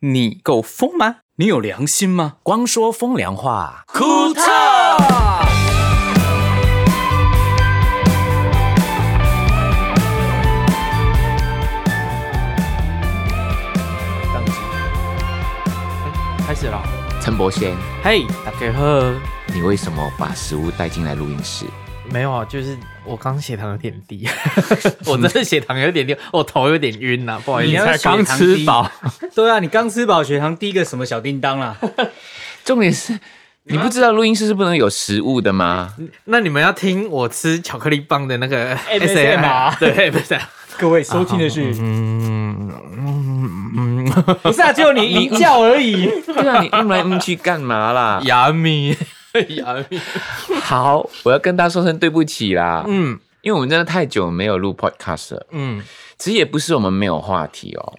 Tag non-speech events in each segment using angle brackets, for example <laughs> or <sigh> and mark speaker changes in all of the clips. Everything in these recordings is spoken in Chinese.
Speaker 1: 你够疯吗？你有良心吗？
Speaker 2: 光说风凉话，
Speaker 1: 库特。
Speaker 3: 当机。哎开始了，
Speaker 4: 陈伯先，
Speaker 3: 嘿、大家好。
Speaker 4: 你为什么把食物带进来录音室？
Speaker 3: 没有啊，就是我刚血糖有点低， <laughs> 我真的血糖有点低，我头有点晕呐、不好意思。
Speaker 1: 你才
Speaker 3: 刚吃饱，
Speaker 1: <laughs> 对啊，你刚吃饱血糖第一个什么小叮当啦？啊
Speaker 4: 重点是，你不知道录音室是不能有食物的吗？
Speaker 3: 那你们要听我吃巧克力棒的那个
Speaker 1: ASMR
Speaker 3: SMR 对，不是啊，
Speaker 1: 各位收听的是，
Speaker 3: 嗯嗯嗯
Speaker 1: 不是啊，只有你一叫而
Speaker 4: <laughs>
Speaker 1: 已。
Speaker 4: 对啊，你嗯来嗯去干
Speaker 3: <laughs>
Speaker 4: 嘛啦？
Speaker 3: ，yummy yummy，
Speaker 4: 好，我要跟大家说声对不起啦，
Speaker 3: 嗯
Speaker 4: 因为我们真的太久没有录 podcast 了。
Speaker 3: 嗯，
Speaker 4: 其实也不是我们没有话题哦，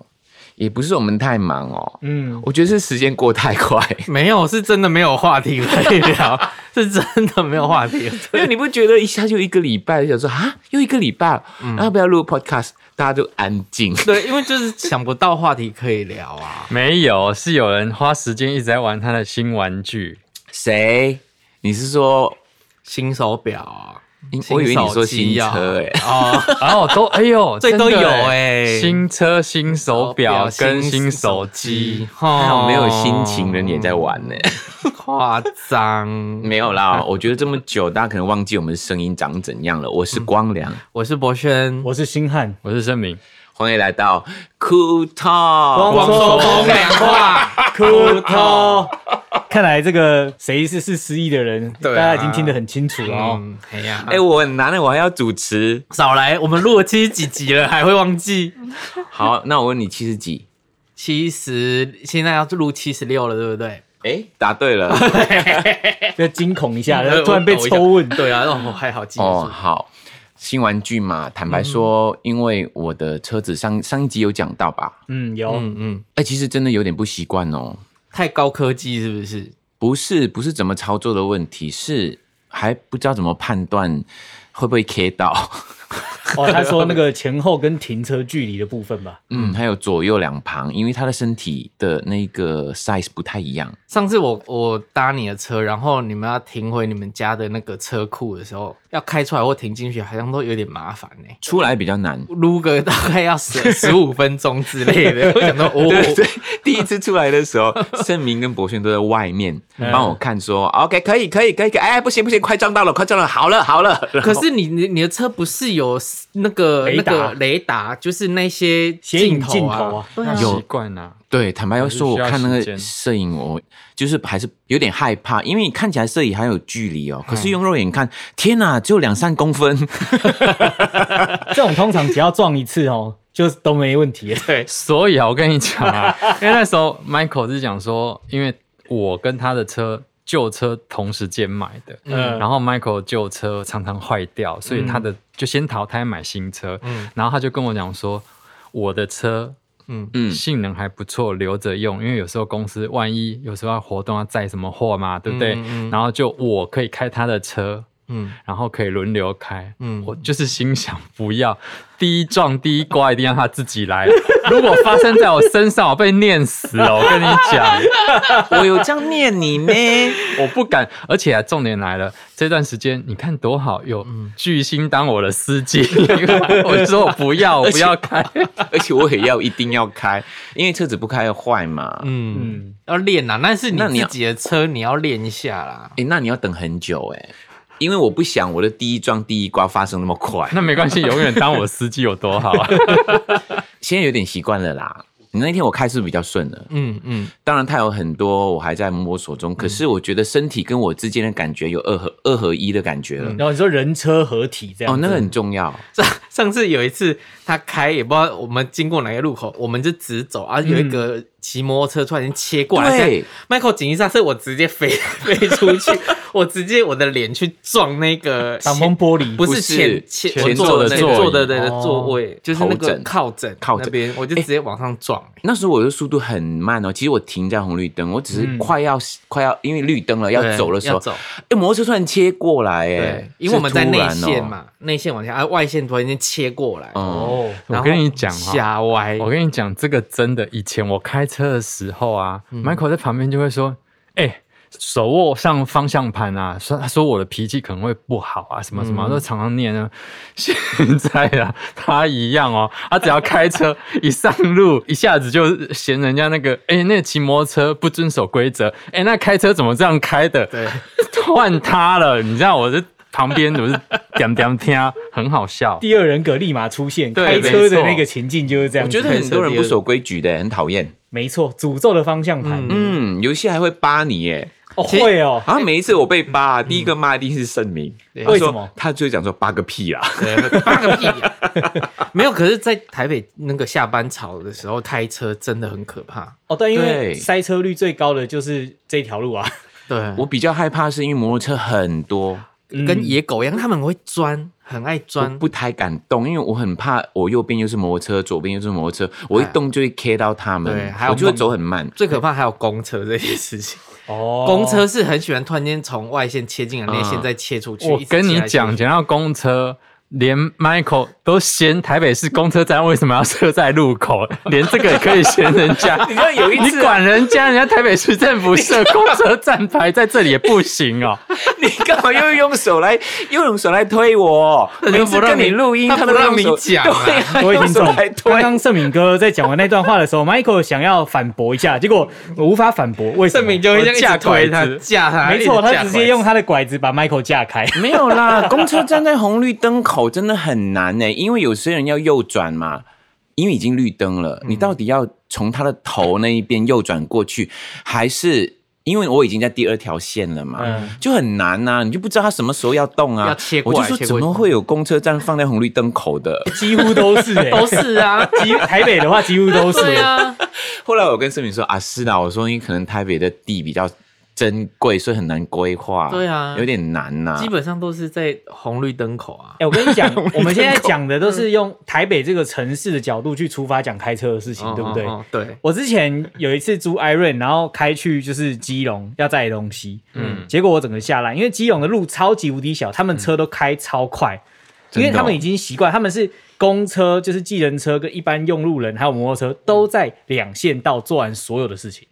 Speaker 4: 也不是我们太忙哦，
Speaker 1: 嗯，
Speaker 4: 我觉得是时间过太快。
Speaker 3: 没有，是真的没有话题可以聊，是真的没有话题。
Speaker 4: 因为你不觉得一下就一个礼拜，就想说啊，又一个礼拜了，然后不要录 podcast，大家就安静。
Speaker 3: 对，因为就是想不到话题可以聊啊。
Speaker 5: 没有，是有人花时间一直在玩他的新玩具。
Speaker 4: 谁？你是说？
Speaker 3: 新手表啊，
Speaker 4: 我以为你
Speaker 3: 新手
Speaker 4: 说新
Speaker 3: 机啊
Speaker 4: 车哎、 <laughs>
Speaker 5: 哦，然后都哎呦，
Speaker 3: 这都
Speaker 5: 真的
Speaker 3: 有欸
Speaker 5: 新车、新手表跟新手机。，
Speaker 4: 还好没有
Speaker 3: 哦
Speaker 4: 新情
Speaker 3: 情
Speaker 4: 人也在玩呢、
Speaker 3: 夸张。
Speaker 4: 没有啦，我觉得这么久，大家可能忘记我们的声音长怎样了。我是光
Speaker 1: 嗯
Speaker 4: 良，
Speaker 3: 我是博轩，
Speaker 1: 我是星汉，
Speaker 5: 我是盛明，
Speaker 4: 欢迎来到 Cool Talk。
Speaker 1: 光说风
Speaker 3: 凉话，
Speaker 1: 库特。看来这个谁是是失忆的人，大
Speaker 3: 对啊
Speaker 1: 家已经听得很清楚了哦。
Speaker 3: 嗯，哎呀，
Speaker 4: 哎、我很难的，我还要主持。
Speaker 3: 少来，我们录了七十几集了，还会忘记？
Speaker 4: 好，那我问你七十几？
Speaker 3: 七十，现在要录七十六了，对不对？
Speaker 4: 哎、答对
Speaker 1: <laughs>
Speaker 4: 了。
Speaker 1: 就惊恐一
Speaker 3: 嗯
Speaker 1: 下，然后突然被抽问。
Speaker 3: 对啊，哦，还好记得
Speaker 4: 哦，
Speaker 3: 住。
Speaker 4: 好，新玩具嘛，坦白说，因为我的车子上上一集有讲到吧？
Speaker 1: 嗯，有
Speaker 3: 嗯嗯，
Speaker 4: 哎、其实真的有点不习惯哦。
Speaker 3: 太高科技是不是？
Speaker 4: 不是不是怎么操作的问题，是还不知道怎么判断会不会 K 到。
Speaker 1: 哦，他说那个前后跟停车距离的部分吧。
Speaker 4: 嗯，还有左右两旁，因为他的身体的那个 size 不太一样。
Speaker 3: 上次我我搭你的车，然后你们要停回你们家的那个车库的时候，要开出来或停进去，好像都有点麻烦呢、
Speaker 4: 出来比较难，
Speaker 3: 撸个大概要
Speaker 1: <laughs>
Speaker 3: 十十五分钟之类的。我想到，哦，
Speaker 4: 对对， <laughs> 第一次出来的时候，盛明跟博轩都在外面
Speaker 5: 嗯
Speaker 4: 帮我看说，OK，可以，可以，可以，可以哎，不行不行，快撞到了，快撞到了，好了好了。
Speaker 5: <laughs>
Speaker 3: 可是你你你的车不是有那个
Speaker 1: 雷
Speaker 3: 那
Speaker 1: 达
Speaker 3: 个雷达，就是那些
Speaker 1: 显影镜
Speaker 3: 头
Speaker 1: 头
Speaker 3: 啊
Speaker 1: 啊，
Speaker 3: 对
Speaker 5: 那
Speaker 3: 啊，
Speaker 5: 习惯啊，
Speaker 4: 对，坦白说，我
Speaker 5: 还是需要
Speaker 4: 看那
Speaker 5: 时
Speaker 4: 个
Speaker 5: 间
Speaker 4: 摄影，我就是还是有点害怕，因为你看起来摄影还有距离
Speaker 5: 嗯
Speaker 4: 哦，可是用肉眼看，天哪，只有两三公分。 <laughs>
Speaker 1: 这种通常只要撞一次哦，就都没问题了。
Speaker 3: 对，
Speaker 5: 所以啊，我跟你讲啊，因为那时候 Michael 是讲说，因为我跟他的车旧车同时间买的，
Speaker 1: 嗯
Speaker 5: 嗯，然后 Michael 旧车常常坏掉，所以他的就先淘汰买新车，嗯，然后他就跟我讲说，我的车。嗯
Speaker 4: 嗯
Speaker 5: 嗯，性能还不错，留着用，因为有时候公司万一有时候要活动要载什么货嘛，对不对？然后就我可以开他的车，
Speaker 3: 嗯，
Speaker 5: 然后可以轮流开。
Speaker 3: 嗯
Speaker 5: 嗯，我就是心想，不要第一撞第一刮，一定让他自己来。啊如果发生在我身上，我被念死了。我跟你讲，
Speaker 4: 我有这样念你咩？
Speaker 5: 我不敢。而且、啊、重点来了，这段时间你看多好，有巨星当我的司机， <laughs> 我就说我不要，我不要开。
Speaker 4: <laughs> 而且我也要一定要开，因为车子不开要坏嘛。嗯，
Speaker 3: 嗯，要练啊，但是你
Speaker 4: 那你
Speaker 3: 自
Speaker 4: 要
Speaker 3: 己的车你要练一下啦。
Speaker 4: 诶，那你要等很久诶，因为我不想我的第一撞第一刮发生那么快。 <laughs>
Speaker 5: 那没关系，永远当我司机有多好啊！
Speaker 4: 现在有点习惯了啦。你那天我开是不是比较顺了，
Speaker 3: 嗯嗯，
Speaker 4: 当然它有很多我还在摸索中，可是我觉得身体跟我之间的感觉有二合二合一的感
Speaker 3: 嗯
Speaker 4: 觉了。
Speaker 1: 然后你说人车合体这
Speaker 4: 嗯
Speaker 1: 样
Speaker 4: 哦，
Speaker 1: 子，
Speaker 4: 那个很重要。
Speaker 3: 上上次有一次他开也不知道我们经过哪个路口，我们就直走啊，有一个骑摩托车突然间切过来，
Speaker 4: 对
Speaker 3: 这样，Michael 紧急刹车，我直接飞 <laughs> 飞出
Speaker 4: <laughs>
Speaker 3: 去，我直接我的脸去撞那个
Speaker 1: 挡风玻璃
Speaker 3: 不
Speaker 4: 不
Speaker 3: 是
Speaker 4: 是
Speaker 3: 前前
Speaker 4: 前
Speaker 3: 我
Speaker 4: 座
Speaker 3: 坐
Speaker 4: 的
Speaker 3: 的
Speaker 4: 座椅
Speaker 3: 坐的的
Speaker 1: 哦
Speaker 3: 座位，就是那
Speaker 4: 头
Speaker 3: 个
Speaker 4: 枕
Speaker 3: 靠枕
Speaker 4: 靠枕
Speaker 3: 那边，我就直接往上撞。
Speaker 4: 那时候我的速度很慢哦，其实我停在红绿灯，我只是快要、快要因为绿灯了要
Speaker 3: 嗯对
Speaker 4: 走的时候
Speaker 3: 要，走
Speaker 4: 哎、摩托车突然切过来，哎
Speaker 3: 对，，因为我们在
Speaker 4: 是突
Speaker 3: 内
Speaker 4: 然哦
Speaker 3: 线嘛，内线往前，而、啊、外线突然间切过来，
Speaker 4: 哦，
Speaker 1: 哦，
Speaker 5: 我跟你讲哈、
Speaker 3: 吓歪。
Speaker 5: 我跟你讲，这个真的，以前我开车的时候啊、m i c h a e l 在旁边就会说：“哎、手握上方向盘啊，说他说我的脾气可能会不好啊，什么什么，都常常念啊。 <laughs> 现在啊，他一样哦，他只要开车一上路，一下子就嫌人家那个，哎、那个骑摩托车不遵守规则，哎、那开车怎么这样开的？
Speaker 3: 对，
Speaker 5: <laughs> 换他了，你知道我是旁边我是 <laughs> 点点听，啊很好笑。
Speaker 1: 第二人格立马出现，
Speaker 5: 对
Speaker 1: 开车
Speaker 5: 没
Speaker 1: 的
Speaker 5: 错
Speaker 1: 那个情境就是这
Speaker 4: 哦
Speaker 1: 样
Speaker 4: 我
Speaker 1: 子。
Speaker 4: 觉得很多人不守规矩的，很讨厌。
Speaker 1: 没错，诅咒的方向盘，
Speaker 4: 嗯，有一些还会扒你耶。
Speaker 1: 哦会哦，
Speaker 4: 啊，每一次我被扒，第一个骂一定是盛明。
Speaker 3: 对
Speaker 4: 他
Speaker 1: 为
Speaker 4: 说
Speaker 1: 什么
Speaker 4: 他就会讲说扒个屁啦。
Speaker 3: 对，扒欸个屁呀、 <laughs> 没有，可是，在台北那个下班潮的时候开车真的很可怕。
Speaker 1: 哦对，因为
Speaker 4: 对
Speaker 1: 塞车率最高的就是这条路啊，
Speaker 3: 对，
Speaker 4: <laughs> 我比较害怕是因为摩托车很多，
Speaker 3: 跟野狗一样，他们很会钻，很爱
Speaker 4: 我
Speaker 3: 钻。
Speaker 4: 不太敢动，因为我很怕我右边又是摩托车，左边又是摩托车，我一动就会 K 到他
Speaker 3: 对
Speaker 4: 们
Speaker 3: 还，有
Speaker 4: 我就会走很慢。
Speaker 3: 最可怕还有公车这件事情，
Speaker 1: <laughs> 哦
Speaker 3: 公车是很喜欢突然间从外线切进来，内线
Speaker 4: 嗯
Speaker 3: 再切出去。
Speaker 5: 我
Speaker 3: 一直
Speaker 5: 跟
Speaker 3: 切
Speaker 5: 你
Speaker 3: 来切
Speaker 5: 讲，
Speaker 3: 去，
Speaker 5: 讲到公车，连 Michael 都嫌台北市公车站为什么要设在路口，连这个也可以嫌人
Speaker 4: <laughs>
Speaker 5: 家。你
Speaker 4: 道有一次啊
Speaker 5: 管人家，人家台北市政府设公车站牌在这里也不行哦。
Speaker 4: 你 <laughs> 干嘛又用手 <laughs> 来，又用手来推我？每次跟 <laughs> 你录音，
Speaker 3: 他
Speaker 4: 都
Speaker 3: 不让
Speaker 4: 用
Speaker 3: 你
Speaker 4: 手
Speaker 3: 讲啊
Speaker 4: <laughs> 对啊，
Speaker 1: 各位
Speaker 4: 用
Speaker 1: 听
Speaker 4: 手
Speaker 1: 众
Speaker 4: 来，推
Speaker 1: 刚。刚盛敏哥在讲完那段话的时候，Michael 想要反驳一下，结果我无法反驳，为什么？
Speaker 3: 证明就会这样一直推
Speaker 5: 我
Speaker 3: 他
Speaker 5: 架拐，子
Speaker 3: 架他，
Speaker 1: 没
Speaker 3: 一直
Speaker 1: 错，
Speaker 3: 架
Speaker 1: 他直
Speaker 3: 拐
Speaker 1: 接
Speaker 3: 子
Speaker 1: 用他的拐子把 Michael 架开。
Speaker 4: 没有啦，公车站在红绿灯口真的很
Speaker 3: <laughs>
Speaker 4: 难呢、因为有些人要右转嘛，因为已经绿灯了，
Speaker 3: 嗯
Speaker 4: 你到底要从他的头那一边右转过去，还是因为我已经在第二条线了嘛，
Speaker 1: 嗯
Speaker 4: 就很难呐、你就不知道他什么时候要动啊。
Speaker 3: 要切过
Speaker 4: 我
Speaker 3: 来
Speaker 4: 就说
Speaker 3: 切
Speaker 4: 怎
Speaker 3: 过去
Speaker 4: 么会有公车站放在红绿灯
Speaker 3: <laughs>
Speaker 4: 口的？
Speaker 1: 几乎都是、欸，
Speaker 3: 都是
Speaker 1: <laughs>
Speaker 3: 啊，
Speaker 1: 几台北的话几乎都是、
Speaker 3: 对啊，
Speaker 4: 后来我跟盛敏说啊，是啦，我说因为可能台北的地比较珍贵，所以很难规划，
Speaker 3: 对啊
Speaker 4: 有点难呐、
Speaker 3: 基本上都是在红绿灯口啊
Speaker 1: 哎、。我跟你讲，我们现在讲的都是用台北这个城市的角度去出发讲开车的事情，对不对？
Speaker 3: 哦？哦对，
Speaker 1: 我之前有一次租 Iron，然后开去就是基隆要载东西，嗯，结果我整个下来，因为基隆的路超级无敌小，他们车都开超快，因为
Speaker 4: 真的哦
Speaker 1: 他们已经习惯，他们是公车、就是计程车跟一般用路人还有摩托车都在两线道做完所有的事情，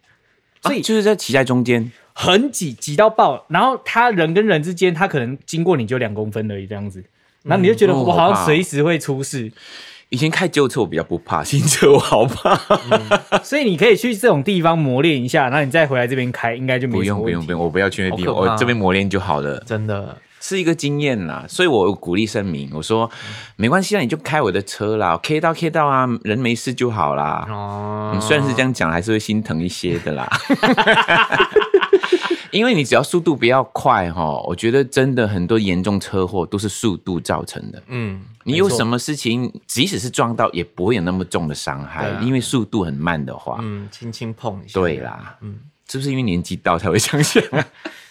Speaker 1: 所以
Speaker 4: 啊就是在骑在中间，
Speaker 1: 很挤，挤到爆。然后他人跟人之间，他可能经过你就两公分而已这样子，然后你就觉得
Speaker 4: 嗯
Speaker 1: 我好
Speaker 4: 好怕
Speaker 1: 像
Speaker 4: 哦
Speaker 1: 随时会
Speaker 4: <laughs>
Speaker 1: 出事，
Speaker 4: 以前开旧车我比较不怕，新车我好怕。
Speaker 1: 所以你可以去这种地方磨练一下，然后你再回来这边开，应该就没
Speaker 4: 不
Speaker 1: 什
Speaker 4: 用
Speaker 1: 么
Speaker 4: 不
Speaker 1: 问
Speaker 4: 用
Speaker 1: 题
Speaker 4: 不用，我不要去那地方，
Speaker 3: 好可怕
Speaker 4: 我这边磨练就好了，
Speaker 3: 真的，
Speaker 4: 是一个经验啦。所以我鼓励声明，我说
Speaker 3: 嗯
Speaker 4: 没关系啦，你就开我的车啦，K 到 K 到啊，人没事就好啦。
Speaker 3: 哦
Speaker 4: 嗯，虽然是这样讲，还是会心疼一些的
Speaker 3: <laughs>
Speaker 4: 啦。因为你只要速度不要快哈，我觉得真的很多严重车祸都是速度造成的。
Speaker 3: 嗯，
Speaker 4: 你有什么事情，即使是撞到，也不会有那么重的伤害，
Speaker 3: 对啊
Speaker 4: 因为速度很慢的话。
Speaker 3: 嗯，轻轻碰一下，
Speaker 4: 对，啦，
Speaker 3: 嗯
Speaker 4: 嗯，是不是因为年纪到才会这样想？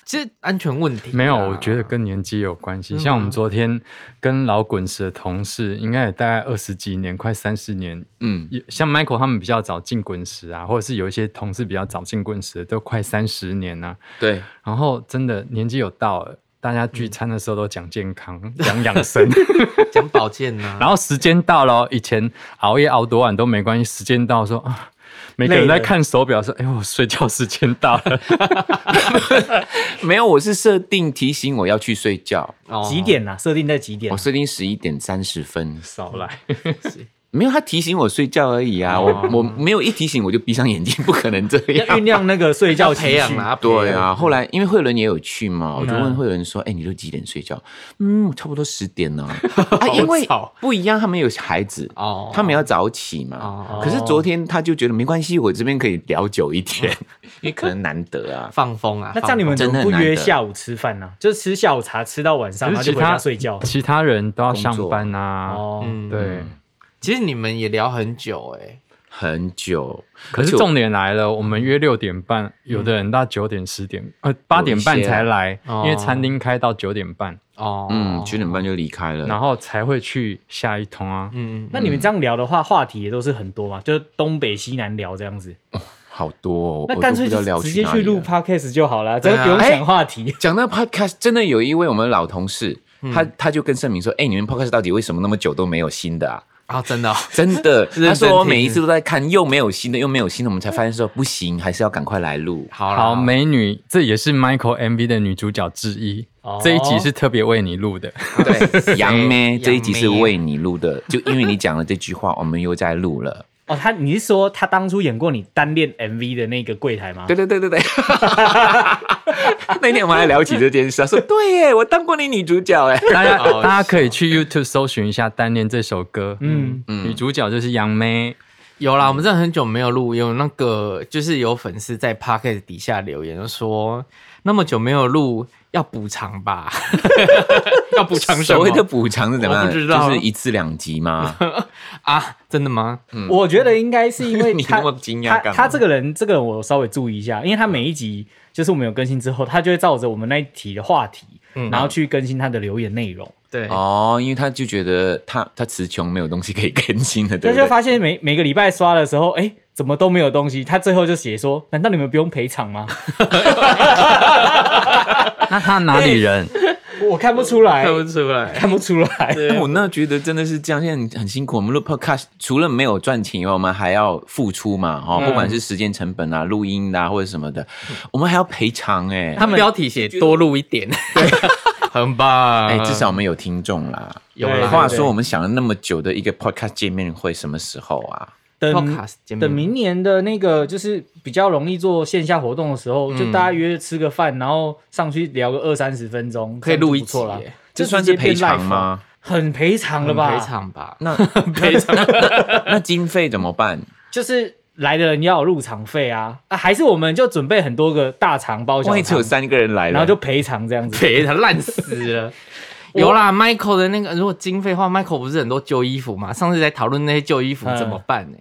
Speaker 3: 这安全问题啊
Speaker 5: 没有，我觉得跟年纪有关
Speaker 1: 嗯
Speaker 5: 系。像我们昨天跟老滚石的同事，应该也大概二十几年，快三十年。
Speaker 4: 嗯，
Speaker 5: 也像 Michael 他们比较早进滚石啊，或者是有一些同事比较早进滚石的，都快三十年啊。
Speaker 4: 对，
Speaker 5: 然后真的年纪有到了，大家聚餐的时候都讲健康、
Speaker 1: 嗯
Speaker 5: 讲
Speaker 1: <laughs>
Speaker 5: 养生，
Speaker 3: 讲保健啊呐，
Speaker 5: 然后时间到了哦，以前熬夜熬多晚都没关系，时间到说啊。每个人
Speaker 1: 累了
Speaker 5: 在看手表说：“哎、我睡觉时间到
Speaker 1: <laughs>
Speaker 5: 了。
Speaker 4: 没有，我是设定提醒我要去睡觉，
Speaker 3: 后
Speaker 1: 几？点啊？设定在几点
Speaker 4: 我？设定十一点三十分”，
Speaker 5: 少
Speaker 4: <laughs>
Speaker 5: 来，
Speaker 4: 没有，他提醒我睡觉而已啊，我我没有一提醒我就闭上眼睛，不可能这
Speaker 1: 要酝
Speaker 4: 样。
Speaker 1: 酿那个睡
Speaker 4: <laughs>
Speaker 1: 觉
Speaker 3: 要
Speaker 1: 情
Speaker 3: 培养
Speaker 1: 绪。
Speaker 3: 啦，培养
Speaker 4: 对，啊，后来因为慧伦也有去嘛，我就问慧伦说：“哎、你都几点睡觉？”嗯，差不多十点呢、啊。因为
Speaker 3: 早
Speaker 4: 不一样，他们有孩子，
Speaker 3: 哦
Speaker 4: 他们要早起嘛。
Speaker 3: 哦
Speaker 4: 可是昨天他就觉得没关系，我这边可以聊久一点，因为可能难得啊。
Speaker 3: 放风啊。
Speaker 1: 那这样你们怎么不
Speaker 4: 真的很难
Speaker 1: 约
Speaker 4: 得
Speaker 1: 下午吃饭呢、就是吃下午茶，吃到晚上，然
Speaker 5: 可
Speaker 1: 后
Speaker 5: 是
Speaker 1: 就
Speaker 5: 其
Speaker 1: 回家
Speaker 5: 他
Speaker 1: 睡觉。
Speaker 4: 嗯
Speaker 5: 其他人都要
Speaker 4: 工作
Speaker 5: 上班啊。
Speaker 1: 哦，
Speaker 3: 嗯
Speaker 5: 对，
Speaker 3: 其实你们也聊很久哎，
Speaker 4: <laughs> 很久，
Speaker 5: 可
Speaker 4: 而
Speaker 5: 是
Speaker 4: 且我
Speaker 5: 重点来了，我们约六点半，有的人到九点、十点，呃，八点半才来，
Speaker 3: 哦
Speaker 5: 因为餐厅开到九点半，
Speaker 3: 哦，
Speaker 4: 嗯，九点半就离开了。
Speaker 5: 然后才会去下一通啊。
Speaker 3: 嗯，
Speaker 1: 那你们这样聊的话，话题也都是很多嘛，就是东北西南聊这样子。
Speaker 4: 好多、哦，
Speaker 1: 那
Speaker 4: 我
Speaker 1: 干
Speaker 4: 都
Speaker 1: 脆
Speaker 4: 不知道
Speaker 1: 就
Speaker 4: 聊
Speaker 1: 直接
Speaker 4: 哪
Speaker 1: 去
Speaker 4: 里
Speaker 1: 录
Speaker 4: 了
Speaker 1: podcast 就好了，真
Speaker 3: 对
Speaker 1: 的
Speaker 3: 啊
Speaker 1: 不用
Speaker 4: 哎
Speaker 1: 想话题。
Speaker 4: 讲到 podcast，真的有一位我们的老同事，
Speaker 3: 嗯
Speaker 4: 他他就跟盛明说：“哎、你们 podcast 到底为什么那么久都没有
Speaker 3: <laughs>
Speaker 4: 新的啊？”
Speaker 3: 啊，真的哦、
Speaker 4: 真的，
Speaker 3: 认
Speaker 4: 他
Speaker 3: 真
Speaker 4: 说我每
Speaker 3: 听
Speaker 4: 一次都在看，又没有新的，又没有新的，我们才发现说不行，还是要赶快
Speaker 3: <laughs>
Speaker 4: 来录。
Speaker 3: 好啦
Speaker 5: 好，美女，这也是 Michael MV 的女主角之一。
Speaker 1: 哦
Speaker 5: 这一集是特别为你录的，
Speaker 4: 对，杨妹这一集是
Speaker 3: 杨妹
Speaker 4: 为你录的，就因为你讲了这句话，我们又在录
Speaker 3: <laughs>
Speaker 4: 了。
Speaker 1: 哦，他你是说他当初演过你单恋 MV 的那个柜台吗？
Speaker 4: 对对对对 <laughs> 对，那天我们还聊起这件事，他说对耶，我当过你女主角哎。
Speaker 5: 大家
Speaker 3: 哦
Speaker 5: 大家可以去 YouTube 搜寻一下《单恋》这首歌。
Speaker 1: 嗯
Speaker 5: 嗯女主角就是杨妹，
Speaker 3: 有啦，我们真的很久没有录，有那个就是有粉丝在 p o c k e t 底下留言说，那么久没有录，要补偿吧？ <laughs> 要补偿什
Speaker 4: 所
Speaker 3: 么
Speaker 4: 谓的补偿是怎么样？
Speaker 3: 我不知道
Speaker 4: 就是一次两集嘛。
Speaker 3: 啊？真的吗？
Speaker 1: 我觉得应该是
Speaker 4: <laughs>
Speaker 1: 因为
Speaker 4: 嗯你
Speaker 1: 他
Speaker 4: 那么惊讶
Speaker 1: 他
Speaker 4: 干嘛
Speaker 1: 他这个人，这个人我稍微注意一下，因为他每一集就是我们有更新之后，他就会照着我们那一题的话题，
Speaker 4: 嗯
Speaker 1: 然后去更新他的留言内容。
Speaker 3: 对，
Speaker 4: 哦，因为他就觉得他他词穷，没有东西可以更新了，对
Speaker 1: 但
Speaker 4: 不
Speaker 1: 是
Speaker 4: 对？
Speaker 1: 发现每每个礼拜刷的时候，哎、怎么都没有东西？他最后就写说：“难道你们不用赔
Speaker 4: <laughs>
Speaker 1: 偿吗
Speaker 5: 那她哪里人？？”
Speaker 1: 我看不出来，
Speaker 3: 出来。
Speaker 1: 看不出
Speaker 4: <laughs>
Speaker 1: 来。
Speaker 4: 那哎我那觉得真的是这样，现在很辛苦。我们录 podcast 除了没有赚钱以外，我们还要付出嘛，哈、哦，
Speaker 1: 嗯
Speaker 4: 不管是时间成本啊、录音啊或者什么的，我们还要赔偿哎、
Speaker 3: 他们标题写多录一点， <laughs> 很棒。
Speaker 4: 哎、至少我们有听众啦。
Speaker 3: 有
Speaker 1: 嗯对
Speaker 3: 啦。
Speaker 4: 话说，我们想了那么久的一个 podcast 见面会，什么时候啊？
Speaker 1: 等
Speaker 3: Podcast 见面
Speaker 1: 等明年的那个就是比较容易做线下活动的时候，
Speaker 4: 嗯
Speaker 1: 就大家约吃个饭，然后上去聊个二三十分钟，
Speaker 3: 可以录一集
Speaker 1: 错了
Speaker 3: 耶，
Speaker 4: 这
Speaker 1: 就
Speaker 4: 算
Speaker 1: 直
Speaker 4: 是
Speaker 1: 接变
Speaker 4: 赔
Speaker 1: live 啊
Speaker 4: 偿
Speaker 1: 了？
Speaker 4: 吗？
Speaker 1: 很赔偿了
Speaker 3: 很赔
Speaker 1: 吧？
Speaker 3: 偿吧？
Speaker 1: <laughs>
Speaker 4: 那赔偿那 <laughs> 那经费怎么办？
Speaker 1: 就是来的人要有入场费啊啊，还是我们就准备很多个大肠包小
Speaker 4: 万一只有
Speaker 1: 肠，
Speaker 4: 三个人来了，
Speaker 1: 然后就赔偿
Speaker 4: <laughs>
Speaker 1: 这样子。
Speaker 3: 赔他烂死了。有啦，Michael 的那个，如果经费的话，Michael 不是很多旧衣服嘛？上次在讨论那些旧衣服
Speaker 1: 嗯
Speaker 3: 怎么办呢、